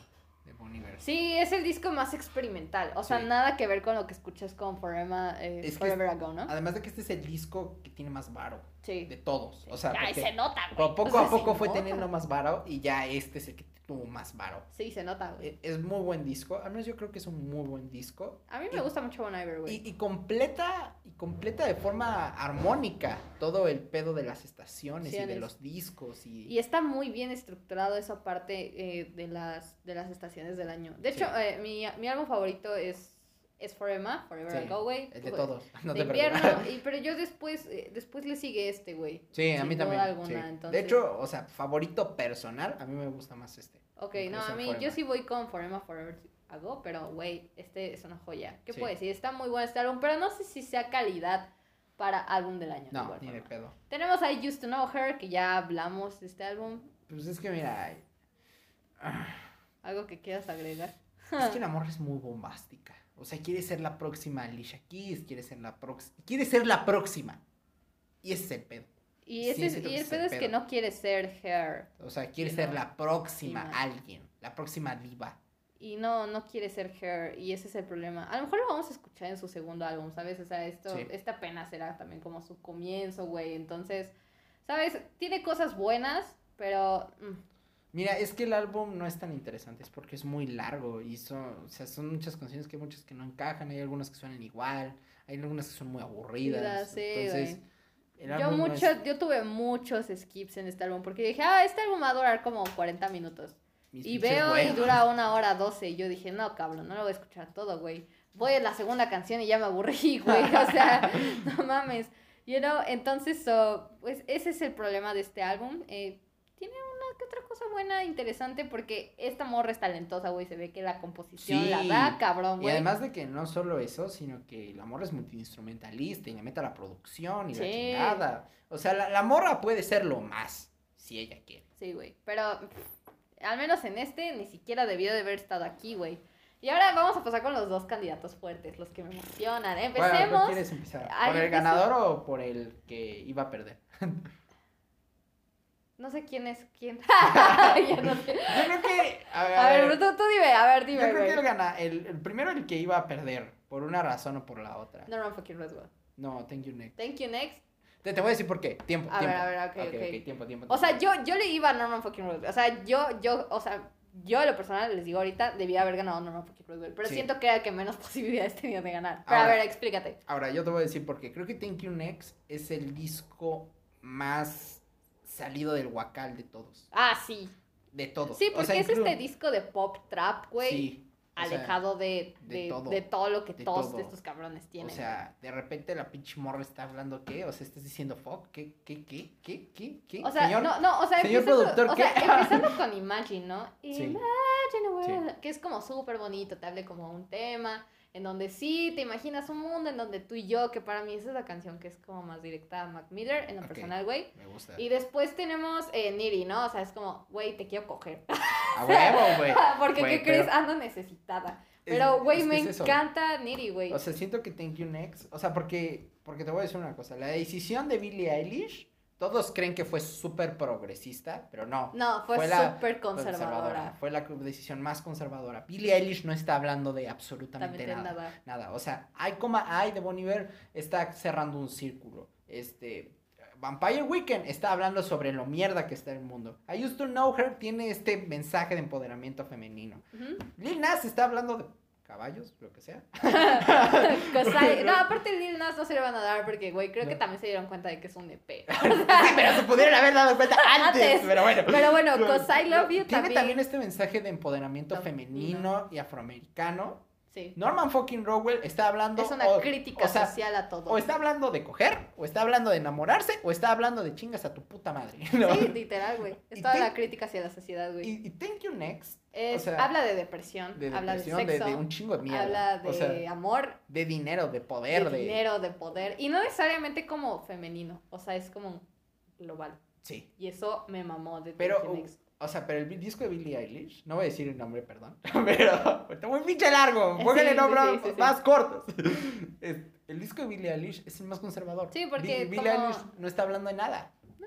de Bon Iver. Sí, es el disco más experimental. O sea, Sí. nada que ver con lo que escuchas con Forever, eh, Es que Forever Ago, ¿no? Además de que este es el disco que tiene más varo Sí. de todos. O sea, Ay, porque se nota, güey. poco O sea, a poco se fue nota. teniendo más varo y ya este es el que tuvo más varo. Sí, se nota, güey. E- Es muy buen disco, al menos yo creo que es un muy buen disco. A mí me y- gusta mucho Bon Iver, güey. Y, y completa y completa de forma armónica todo el pedo de las estaciones y de Estaciones. los discos y, Y está muy bien estructurado esa parte eh, de, las, de las estaciones del año. De hecho, Sí. eh, mi, mi álbum favorito es, es Forever, Forever Sí, Ago, güey. el de todos. No de te preocupes. invierno, y, pero yo después, eh, después le sigue este, güey. Sí, a sin mí duda también. alguna, sí. entonces- De hecho, o sea, favorito personal, a mí me gusta más este. Ok, Incluso no, a mí Forever. yo sí voy con Forever, Forever Ago, pero güey, este es una joya. ¿Qué Sí. puedo decir? Está muy bueno este álbum, pero no sé si sea calidad para álbum del año. de No, igual ni de forma. pedo. Tenemos a I Used to Know Her, que ya hablamos de este álbum. Pues es que mira, ay, Algo que quieras agregar. Ah. es que la morra es muy bombástica. O sea, quiere ser la próxima Alicia Keys, quiere ser la próxima, quiere ser la próxima. Y ese es el pedo. Y, Sí, este es- siento y que el es el pedo es que pedo. no quiere ser Her. O sea, quiere Sí, ser no. la próxima Sí, no. alguien, la próxima diva. Y no, no quiere ser Her. Y ese es el problema. A lo mejor lo vamos a escuchar en su segundo álbum, ¿sabes? O sea, esto, Sí. esta pena será también como su comienzo, güey. Entonces, ¿sabes? Tiene cosas buenas, pero... mm, Mira, es que el álbum no es tan interesante, es porque es muy largo y son, o sea, son muchas canciones que hay muchas que no encajan, hay algunas que suenan igual, hay algunas que son muy Ya aburridas. sé, entonces, güey. el yo álbum no mucho, es- yo tuve muchos skips en este álbum porque dije, ah, este álbum va a durar como 40 minutos. mis Y pinches veo y huevos. dura una hora doce. Y yo dije, no, cabrón, no lo voy a escuchar todo, güey. Voy a la segunda canción y ya me aburrí, güey. O sea, no mames. You know, entonces, so, pues ese es el problema de este álbum. Eh, tiene una que otra cosa buena, interesante, porque esta morra es talentosa, güey. Se ve que la composición Sí. la da, cabrón, Y Ah, güey. además de que no solo eso, sino que la morra es multiinstrumentalista y le mete a la producción y la Sí. chingada. O sea, la, la morra puede ser lo más, si ella quiere. Sí, güey. Pero pff, al menos en este ni siquiera debió de haber estado aquí, güey. Y ahora vamos a pasar con los dos candidatos fuertes, los que me emocionan. Bueno, pues Empecemos. ¿cuál quieres empezar? ¿Por Ay, el empiezo- ganador o por el que iba a perder? No sé quién es quién. Ya no sé. Yo creo que. A ver, A ver, tú, tú dime, a ver, Yo dime. creo que el, güey. gana, el, el primero el que iba a perder, por una razón o por la otra. No, Norman fucking Roswell. thank you, Nick. Thank you, next. Te, te voy a decir por qué. Tiempo, A ver, tiempo. a ver, ok, ok. tiempo, tiempo. O sea, tiempo. yo, yo le iba a Norman fucking Roswell. O sea, yo, yo, o sea, yo en lo personal les digo ahorita, debía haber ganado Norman fucking Roswell. Pero Sí. siento que era el que menos posibilidades tenía de ganar. Pero Ahora- a ver, explícate. Ahora, yo te voy a decir por qué. Creo que Thank You Next es el disco más salido del huacal de todos. Ah, sí. De todos. Sí, O porque sea, es inclu- este disco de pop trap, güey. Sí. o sea, alejado de, de de, de todo, todo, lo que de todos todo. estos cabrones tienen. O sea, de repente la pinche morra está hablando qué, o sea, estás diciendo fuck, qué, qué, qué, qué, qué, qué. O sea, señor? no, no, o sea, señor empezando, productor, o sea, ¿qué? empezando con Imagine, ¿no? Sí. Imagine a world, que es como súper bonito, te hable como un tema, en donde sí, te imaginas un mundo en donde tú y yo, que para mí esa es la canción que es como más directa a Mac Miller, en lo Ok. personal, güey. Me gusta. Y después tenemos eh, Niri, ¿no? O sea, es como, güey, te quiero coger. A huevo, güey. Porque, Güey, ¿qué pero- crees? Ando necesitada. Pero, güey, es que me es eso. encanta Niri, güey. O sea, siento que Thank You Next. O sea, porque, porque te voy a decir una cosa. La decisión de Billie Eilish, todos creen que fue súper progresista, pero no. no, fue fue la- súper fue conservadora. Fue la decisión más conservadora. Billie Eilish no está hablando de absolutamente También nada. nada. nada. O sea, hay coma hay de Bon Iver está cerrando un círculo. Este. Vampire Weekend está hablando sobre lo mierda que está el mundo. I used to know her tiene este mensaje de empoderamiento femenino. Ujú. Lil Nas está hablando de caballos, lo que sea. Cosai- no, aparte Lil Nas no se le van a dar porque, güey, creo que No. también se dieron cuenta de que es un E EP. Sí, pero se pudieron haber dado cuenta antes. Antes. Pero bueno. Pero bueno, Cause I Love You Tiene también. este mensaje de empoderamiento Femenino. femenino y afroamericano. Sí. Norman fucking Rowell está hablando. Es una o- crítica o sea, social a todo. O está hablando de coger, o está hablando de enamorarse, o está hablando de chingas a tu puta madre. ¿no? Sí, literal, güey. Es Y toda te- la crítica hacia la sociedad, güey. Y, y Thank You Next, Es- o sea, habla de depresión, de habla de depresión, de, sexo, de un chingo de mierda. habla de O sea, amor, de dinero, de poder, de de. dinero, de poder. Y no necesariamente como femenino, o sea, es como global. Sí. Y eso me mamó de Pero, Thank You uh, Next. O sea, pero el disco de Billie Eilish, no voy a decir el nombre, perdón, pero está muy pinche largo, Sí, póngale sí, nombres sí, sí, sí. más cortos. Es- El disco de Billie Eilish es el más conservador. Sí, porque Bi- Billie como- Eilish no está hablando de nada. No.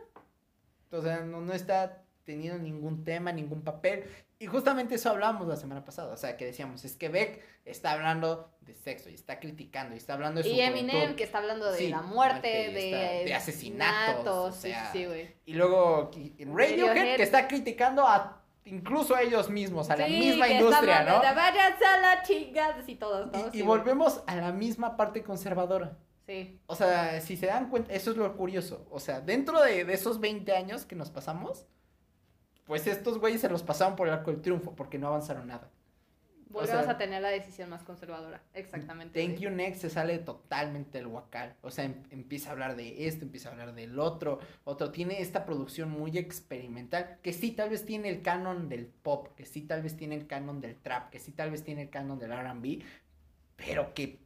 O sea, no, no está teniendo ningún tema, ningún papel. Y justamente eso hablábamos la semana pasada, o sea, que decíamos, es que Beck está hablando de sexo y está criticando y está hablando de su Y Eminem uh, juventud. que está hablando de Sí, la muerte, muerte y de, está- de asesinatos, o sí, sea, sí, sí, güey. Y luego qui- Radiohead Radiohead. que está criticando a incluso a ellos mismos, a la Sí, misma que industria, estamos ¿no? de váyanse a la chingada y todos, ¿no? Y, Sí, y güey. volvemos a la misma parte conservadora. Sí, O sea, si se dan cuenta, eso es lo curioso. O sea, dentro de, de esos 20 años que nos pasamos, pues estos güeyes se los pasaron por el arco del triunfo porque no avanzaron nada. volvemos sea- a tener la decisión más conservadora. Exactamente. Thank sí. You Next se sale totalmente del huacal. O sea, em- empieza a hablar de esto, empieza a hablar del otro. Otro tiene esta producción muy experimental, que sí, tal vez tiene el canon del pop, que sí, tal vez tiene el canon del trap, que sí, tal vez tiene el canon del RB, pero que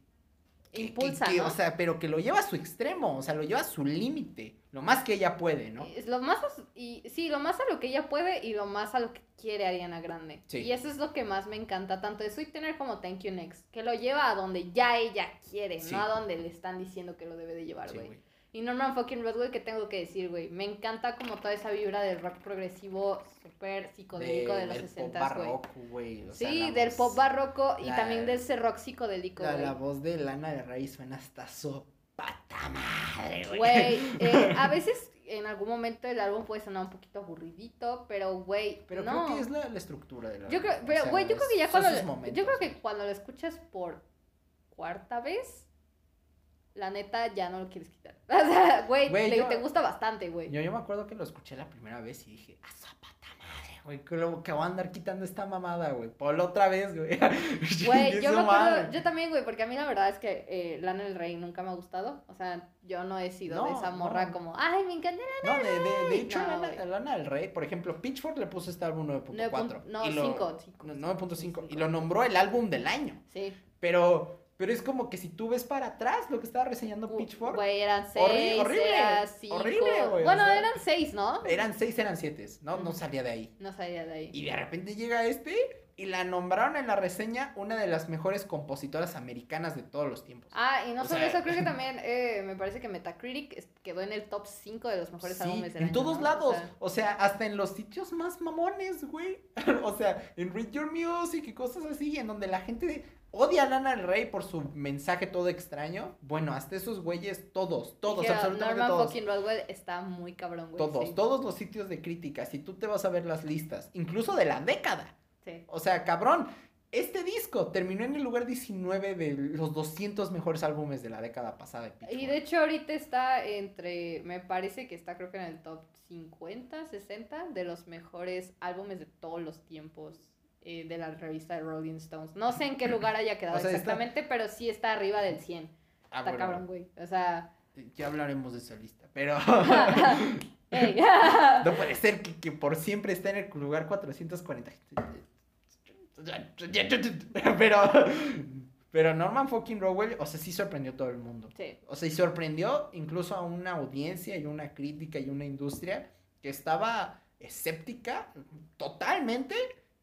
que- que- Impulsa, que, ¿no? O sea, pero que lo lleva a su extremo, o sea, lo lleva a su límite, lo más que ella puede, ¿no? Es lo más as- y sí, lo más a lo que ella puede y lo más a lo que quiere Ariana Grande. Sí. Y eso es lo que más me encanta tanto eso y tener como Thank You Next, que lo lleva a donde ya ella quiere, Sí. no a donde le están diciendo que lo debe de llevar, Sí, güey. güey. y Norman fucking Rockwell que tengo que decir, güey, me encanta como toda esa vibra del rock progresivo súper psicodélico de, los del pop 60 güey. barroco, güey. o sea, sí, la del voz- pop barroco y la- también de ese rock psicodélico, La, güey. la voz de Lana de Rey suena hasta su pata madre, güey. Güey, eh, a veces en algún momento el álbum puede sonar un poquito aburridito, pero güey, Pero no. creo que es la, la estructura de la Yo creo, o pero sea, güey, yo creo que ya son cuando sus lo- yo momentos. creo que cuando lo escuchas por cuarta vez, la neta ya no lo quieres quitar. O sea, güey, Güey, le- yo- te gusta bastante, güey. Yo, yo me acuerdo que lo escuché la primera vez y dije, a su pata madre, güey, que, lo- que voy a andar quitando esta mamada, güey. Ponlo otra vez, güey. Güey, yo Su me acuerdo, madre. yo también, güey, porque a mí la verdad es que eh, Lana del Rey nunca me ha gustado. O sea, yo no he sido de No, esa morra no. como, ay, me encanta No, de, de, de Ay, hecho, no, Lana, güey. Lana del Rey, por ejemplo, Pitchfork le puso este álbum 9.4. 9.4. No, y lo- 5, 5. no, 9.5. Y lo nombró el álbum del año. Sí. Pero, pero es como que si tú ves para atrás lo que estaba reseñando Pitchfork. Pitchfork, Güey, eran Horri- 6, horrible, era 5. horrible, güey, o Bueno, sea. eran 6, ¿no? eran 6, eran 7. No, no Ujú. salía de ahí. No salía de ahí. Y de repente llega este y la nombraron en la reseña una de las mejores compositoras americanas de todos los tiempos. Ah, y no O solo sea- eso, creo que también eh, me parece que Metacritic es- quedó en el top 5 de los mejores Sí, álbumes del en año, todos ¿no? lados. O sea, O sea, hasta en los sitios más mamones, güey. o sea, en Read Your Music y cosas así, en donde la gente odia a Lana del Rey por su mensaje todo extraño. Bueno, hasta esos güeyes, todos, todos, dijeron, absolutamente Norman todos. fucking Rockwell está muy cabrón, güey. Todos, sí, todos los sitios de crítica. Si tú te vas a ver las listas, incluso de la década. sí. O sea, cabrón, este disco terminó en el lugar 19 de los 200 mejores álbumes de la década pasada. de Y Pitchfork. de hecho ahorita está entre, me parece que está creo que en el top 50, 60 de los mejores álbumes de todos los tiempos eh, de la revista de Rolling Stones. No sé en qué lugar haya quedado O sea, está- exactamente, pero sí está arriba del 100. Ah, está bueno, eh, cabrón, güey. O sea... Ya hablaremos de esa lista, pero... ey. No puede ser que, que por siempre está en el lugar 440. Pero, pero Norman fucking Rowell, o sea, sí sorprendió a todo el mundo. sí. O sea, y sorprendió incluso a una audiencia y una crítica y una industria que estaba escéptica totalmente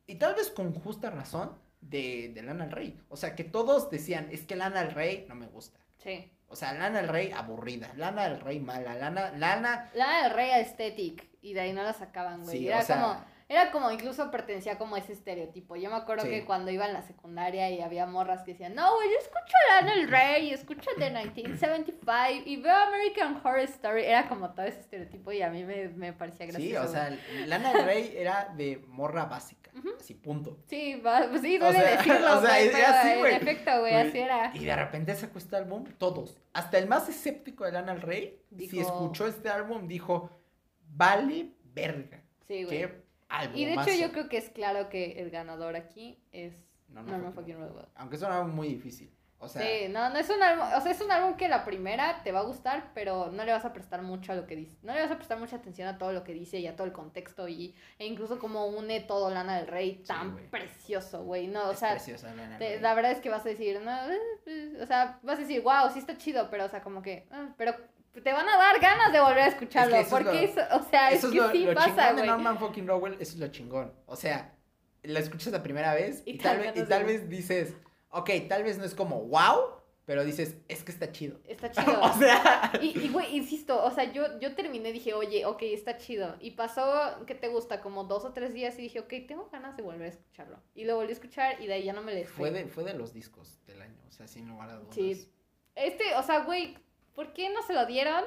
y tal vez con justa razón de, de Lana del Rey. O sea, que todos decían, es que Lana del Rey no me gusta. Sí. O sea, Lana del Rey aburrida, Lana del Rey mala, Lana, Lana... Lana del Rey aesthetic. Y de ahí no la sacaban, güey. Sí, era o sea, como. Era como, incluso pertenecía como a ese estereotipo. Yo me acuerdo Sí. que cuando iba en la secundaria y había morras que decían, no, güey, yo escucho a Lana del Rey, y escucho The 1975 y veo American Horror Story. Era como todo ese estereotipo y a mí me, me parecía gracioso. Sí, güey. o sea, Lana del Rey era de morra básica, Ujú. así punto. Sí, va- pues sí, O duele sea, decirlo, o sea, güey, era pero así, en güey. efecto, güey, Güey, así era. Y de repente sacó este álbum, todos, hasta el más escéptico de Lana del Rey, si Dijo- escuchó este álbum, dijo, vale verga, Sí, güey. qué álbum Y de hecho yo creo que es claro que el ganador aquí es No, no, Norman fucking fucking Rockwell. Aunque es un álbum muy difícil, o sea... sí, no, no es un álbum, o sea, es un álbum que la primera te va a gustar, pero no le vas a prestar mucho a lo que dice, no le vas a prestar mucha atención a todo lo que dice y a todo el contexto y, e incluso como une todo Lana del Rey tan güey. precioso, güey, no, o es sea, preciosa Lana del te- Rey. la verdad es que vas a decir, no, eh, eh", o sea, vas a decir, wow, sí está chido, pero, o sea, como que, ah, pero te van a dar ganas de volver a escucharlo, eso es porque lo- eso, o sea, es, Eso es que lo, sí lo pasa, chingón de güey. Norman fucking Rockwell, eso es lo chingón. O sea, la escuchas la primera vez Y y, tal, tal vez, vez y tal no sé. vez dices, ok, tal vez no es como wow, pero dices, es que está chido. Está chido. o sea, Y, y, güey, insisto, o sea, yo, yo terminé, dije, oye, ok, está chido. Y pasó, ¿qué te gusta? Como dos o tres días y dije, ok, tengo ganas de volver a escucharlo. Y lo volví a escuchar y de ahí ya no me le fue de, fue de los discos del año, o sea, sin lugar a dudas. Sí. Este, o sea, güey, ¿por qué no se lo dieron?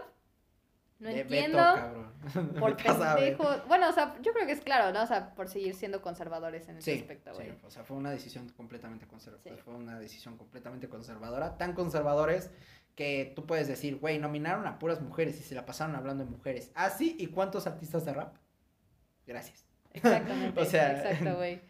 No De Beto, entiendo. cabrón. por Vete a saber. pendejo. Bueno, o sea, yo creo que es claro, ¿no? O sea, por seguir siendo conservadores en ese Sí, aspecto, sí, güey. o sea, fue una decisión completamente conservadora. Sí. Fue una decisión completamente conservadora. Tan conservadores que tú puedes decir, güey, nominaron a puras mujeres y se la pasaron hablando de mujeres. Ah, sí, ¿y cuántos artistas de rap? Gracias. Exactamente. O sea- Exacto, güey.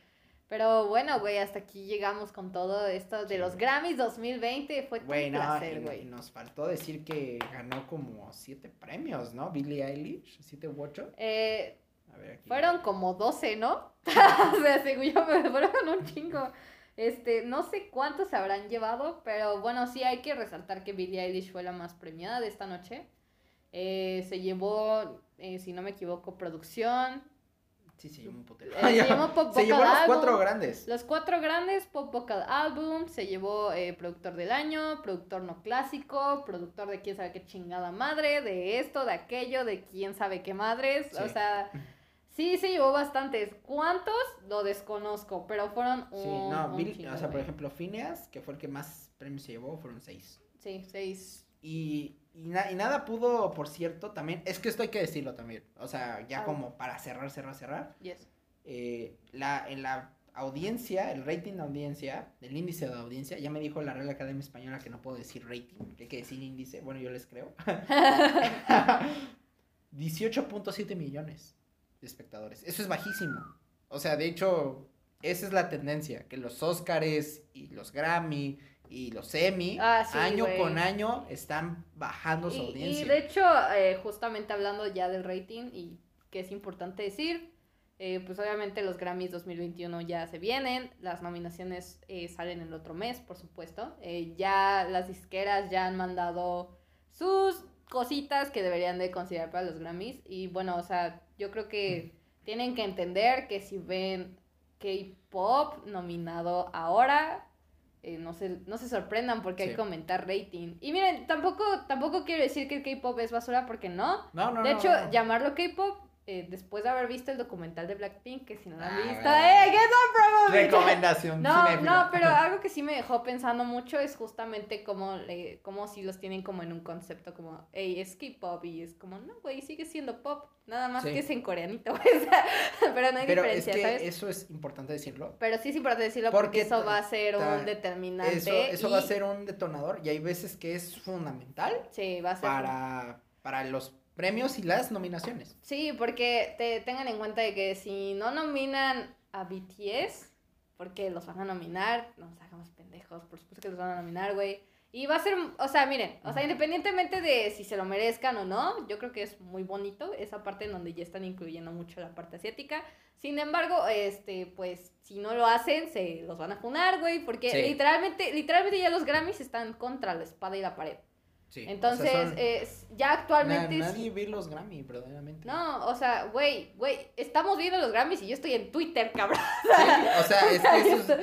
Pero bueno, güey, hasta aquí llegamos con todo esto de Sí, los güey. Grammys 2020. Fue todo Güey, un no, placer, y- güey. y nos faltó decir que ganó como siete premios, ¿no? Billie Eilish, siete u ocho. Eh, A ver, aquí. fueron como 12, ¿no? o sea, según yo me fueron un chingo. Este, no sé cuántos se habrán llevado, pero bueno, sí hay que resaltar que Billie Eilish fue la más premiada de esta noche. Eh, se llevó, eh, si no me equivoco, producción. Sí, se llevó un putero. eh, se llevó Pop Se llevó Vocal los cuatro Album. grandes. Los cuatro grandes, Pop Vocal Album, se llevó eh, productor del año, productor no clásico, productor de quién sabe qué chingada madre, de esto, de aquello, de quién sabe qué madres. O Sí. sea, sí se llevó bastantes. ¿Cuántos? Lo desconozco, pero fueron un, Sí, no, un Billie- chingo, o sea, por güey. ejemplo, Phineas, que fue el que más premios se llevó, fueron seis. Sí, seis. Y, y, na- y nada pudo, por cierto, también, es que esto hay que decirlo también, o sea, ya Ah. como para cerrar, cerrar, cerrar, Yes. eh, la, en la audiencia, el rating de audiencia, el índice de audiencia, ya me dijo la Real Academia Española que no puedo decir rating, que hay que decir índice, bueno, yo les creo. 18.7 millones de espectadores, eso es bajísimo, o sea, de hecho, esa es la tendencia, que los Óscares y los Grammy y los Emmy, Ah, sí, año güey. con año, están bajando su Y, y audiencia. de hecho, eh, justamente hablando ya del rating y que es importante decir, eh, pues obviamente los Grammys 2021 ya se vienen, las nominaciones eh, salen el otro mes, por supuesto. Eh, ya las disqueras ya han mandado sus cositas que deberían de considerar para los Grammys. Y bueno, o sea, yo creo que Mm. tienen que entender que si ven K-pop nominado ahora, eh, no, se, no se sorprendan porque hay Sí. que aumentar rating. Y miren, tampoco, tampoco quiero decir que el K-pop es basura porque no. No, no, De no, hecho, no, no. llamarlo K-pop, eh, después de haber visto el documental de Blackpink, que si no lo han Ah, visto, bueno. ¡eh! ¡Que es una promo! Recomendación. No, cinéfila. no, pero algo que sí me dejó pensando mucho es justamente cómo, le, cómo si los tienen como en un concepto como, hey, es K-pop y es como, no, güey, sigue siendo pop, nada más Sí. que es en coreanito, güey, o sea, pero no hay Pero es diferencia, que ¿sabes? eso es importante decirlo. Pero sí es importante decirlo porque, Porque eso ta- va a ser ta- un determinante. Eso, eso va a y- ser un detonador y hay veces que es fundamental Sí, va a ser. para, para los premios y las nominaciones. Sí, porque te tengan en cuenta de que si no nominan a BTS, porque los van a nominar, no nos hagamos pendejos, por supuesto que los van a nominar, güey. Y va a ser, o sea, miren, o sea, Ujú. independientemente de si se lo merezcan o no, yo creo que es muy bonito esa parte en donde ya están incluyendo mucho la parte asiática. Sin embargo, este, pues, si no lo hacen, se los van a funar, güey, porque Sí. literalmente, literalmente ya los Grammys están contra la espada y la pared. Sí, o sea, Entonces, son- es- ya na- actualmente... es- nadie ve los Grammy, verdaderamente. No, o sea, güey, güey, estamos viendo los Grammys y yo estoy en Twitter, cabrón. Sí, o sea, es que eso es,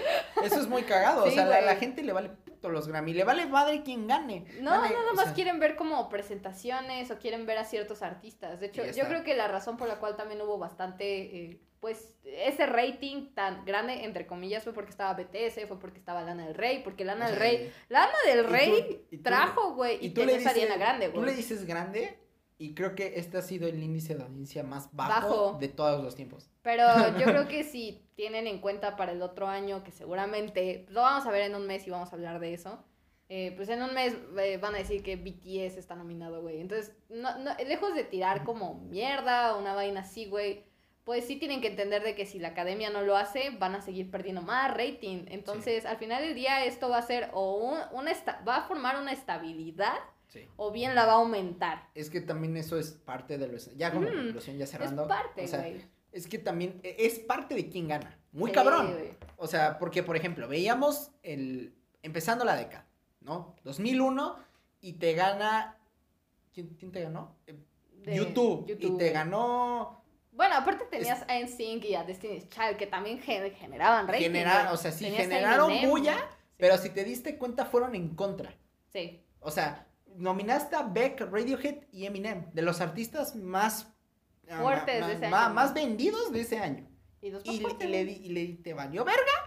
eso es muy cagado. o Sí, sea, la, güey. la gente le vale pito los Grammy. Le vale madre quien gane. No, Dale, nada o más sea, quieren ver como presentaciones o quieren ver a ciertos artistas. De hecho, Y ya yo está. creo que la razón por la cual también hubo bastante, eh, pues, ese rating tan grande, entre comillas, fue porque estaba BTS, fue porque estaba Lana del Rey, porque Lana o del sea, Rey, Lana del tú- Rey y tú- trajo, güey, y, Y tú le, tenés a dices, Ariana Grande, tú le güey. dices grande y creo que este ha sido el índice de audiencia más bajo, Bajo. de todos los tiempos. Pero yo creo que si tienen en cuenta para el otro año, que seguramente pues, lo vamos a ver en un mes y vamos a hablar de eso. eh, pues en un mes eh, van a decir que BTS está nominado, güey. Entonces, no, no- lejos de tirar como mierda o una vaina así, güey, pues sí tienen que entender de que si la academia no lo hace, van a seguir perdiendo más rating. Entonces, al final del día esto va a ser o un, una esta- va a formar una estabilidad Sí. o bien la va a aumentar. Es que también eso es parte de los. Ya como Ujú. conclusión, ya cerrando. Mm, es parte, o sea, güey. es que también e- es parte de quien gana. Muy Sí, cabrón. güey. O sea, porque, por ejemplo, veíamos el. Empezando la década, ¿no? 2001 y te gana. ¿Quién, quién te ganó? Eh, De YouTube, Y te güey. ganó. Bueno, aparte tenías a NSYNC y a Destiny's Child que también gen- generaban rating. genera- güey. o sea, sí, Tenías a generaron Eminem, bulla, güey. pero si te diste cuenta, fueron en contra. Sí. O sea, nominaste a Beck, Radiohead y Eminem, de los artistas más. ah, Fuertes ma- de ese ma- año. Más vendidos de ese año. Y dos Y, más y le, di- y le di- te valió verga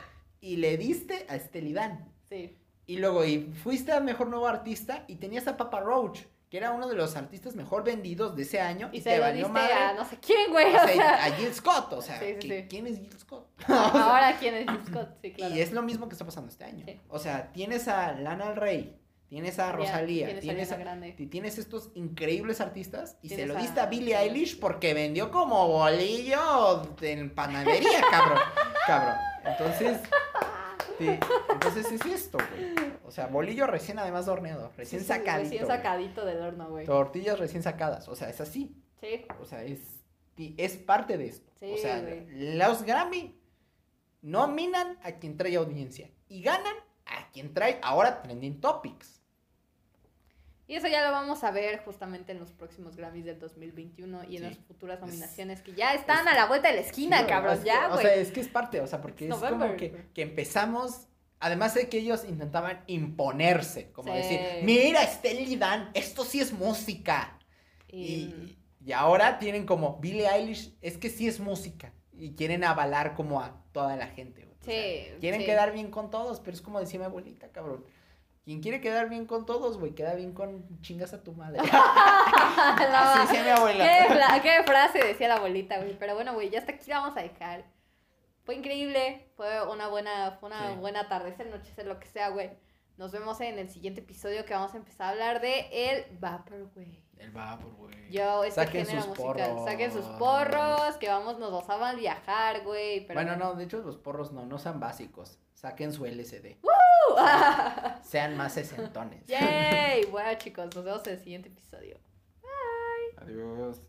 y le diste a Estelidán. Sí. Y luego y fuiste a mejor nuevo artista y tenías a Papa Roach, que era uno de los artistas mejor vendidos de ese año. Y Y, se te lo valió diste madre. a no sé quién, güey. o O sea, sea, a Gil Scott, o sea, Sí, sí, que- sí. ¿quién es Gil Scott? ahora quién es Jill Scott. Sí, claro. Y es lo mismo que está pasando este año. Sí. O sea, tienes a Lana del Rey, tienes a Ya, Rosalía, tienes a tienes, Ariana a- Grande. y tienes estos increíbles artistas y se Tienes lo a- diste a, Billie Taylor Eilish porque vendió como bolillo en panadería, cabrón. cabrón. Entonces, te- entonces es esto, güey. O sea, bolillo recién además horneado, recién Sí, sí, sacadito. Recién güey. sacadito del horno, güey. Tortillas recién sacadas, o sea, es así. Sí. O sea, es, y es parte de esto. Sí, o sea, güey. los Grammy nominan a quien trae audiencia y ganan a quien trae ahora trending topics. Y eso ya lo vamos a ver justamente en los próximos Grammys del 2021 y en Sí. las futuras Es- nominaciones que ya están a la vuelta de la esquina, Sí, güey, cabrón. es- Ya, O güey. sea, es que es parte, o sea, porque It's es como November, que, güey. que empezamos. Además de que ellos intentaban imponerse, como Sí. decir, mira, Steely Dan, esto sí es música. Y- mm. Y, y ahora tienen como Billie Eilish, es que sí es música. Y quieren avalar como a toda la gente. güey. O sea, Sí, quieren sí. quedar bien con todos, pero es como decía mi abuelita, cabrón. Quien quiere quedar bien con todos, güey, queda bien con chingas a tu madre. Así decía mi ¿Qué, abuela. fra- qué frase decía la abuelita, güey. Pero bueno, güey, ya hasta aquí la vamos a dejar. Fue increíble. Fue una buena, fue una Sí. buena tarde, noche, lo que sea, güey. Nos vemos en el siguiente episodio que vamos a empezar a hablar de el Vaporwave. El vapor, güey. Yo, este Saquen género sus musical. Saquen sus porros. porros, que vamos, nos vas a viajar, güey. Pero Bueno, no, de hecho los porros no, no sean básicos. Saquen su LCD. Sean más sesentones. Yay. Bueno, chicos, nos vemos en el siguiente episodio. Adiós.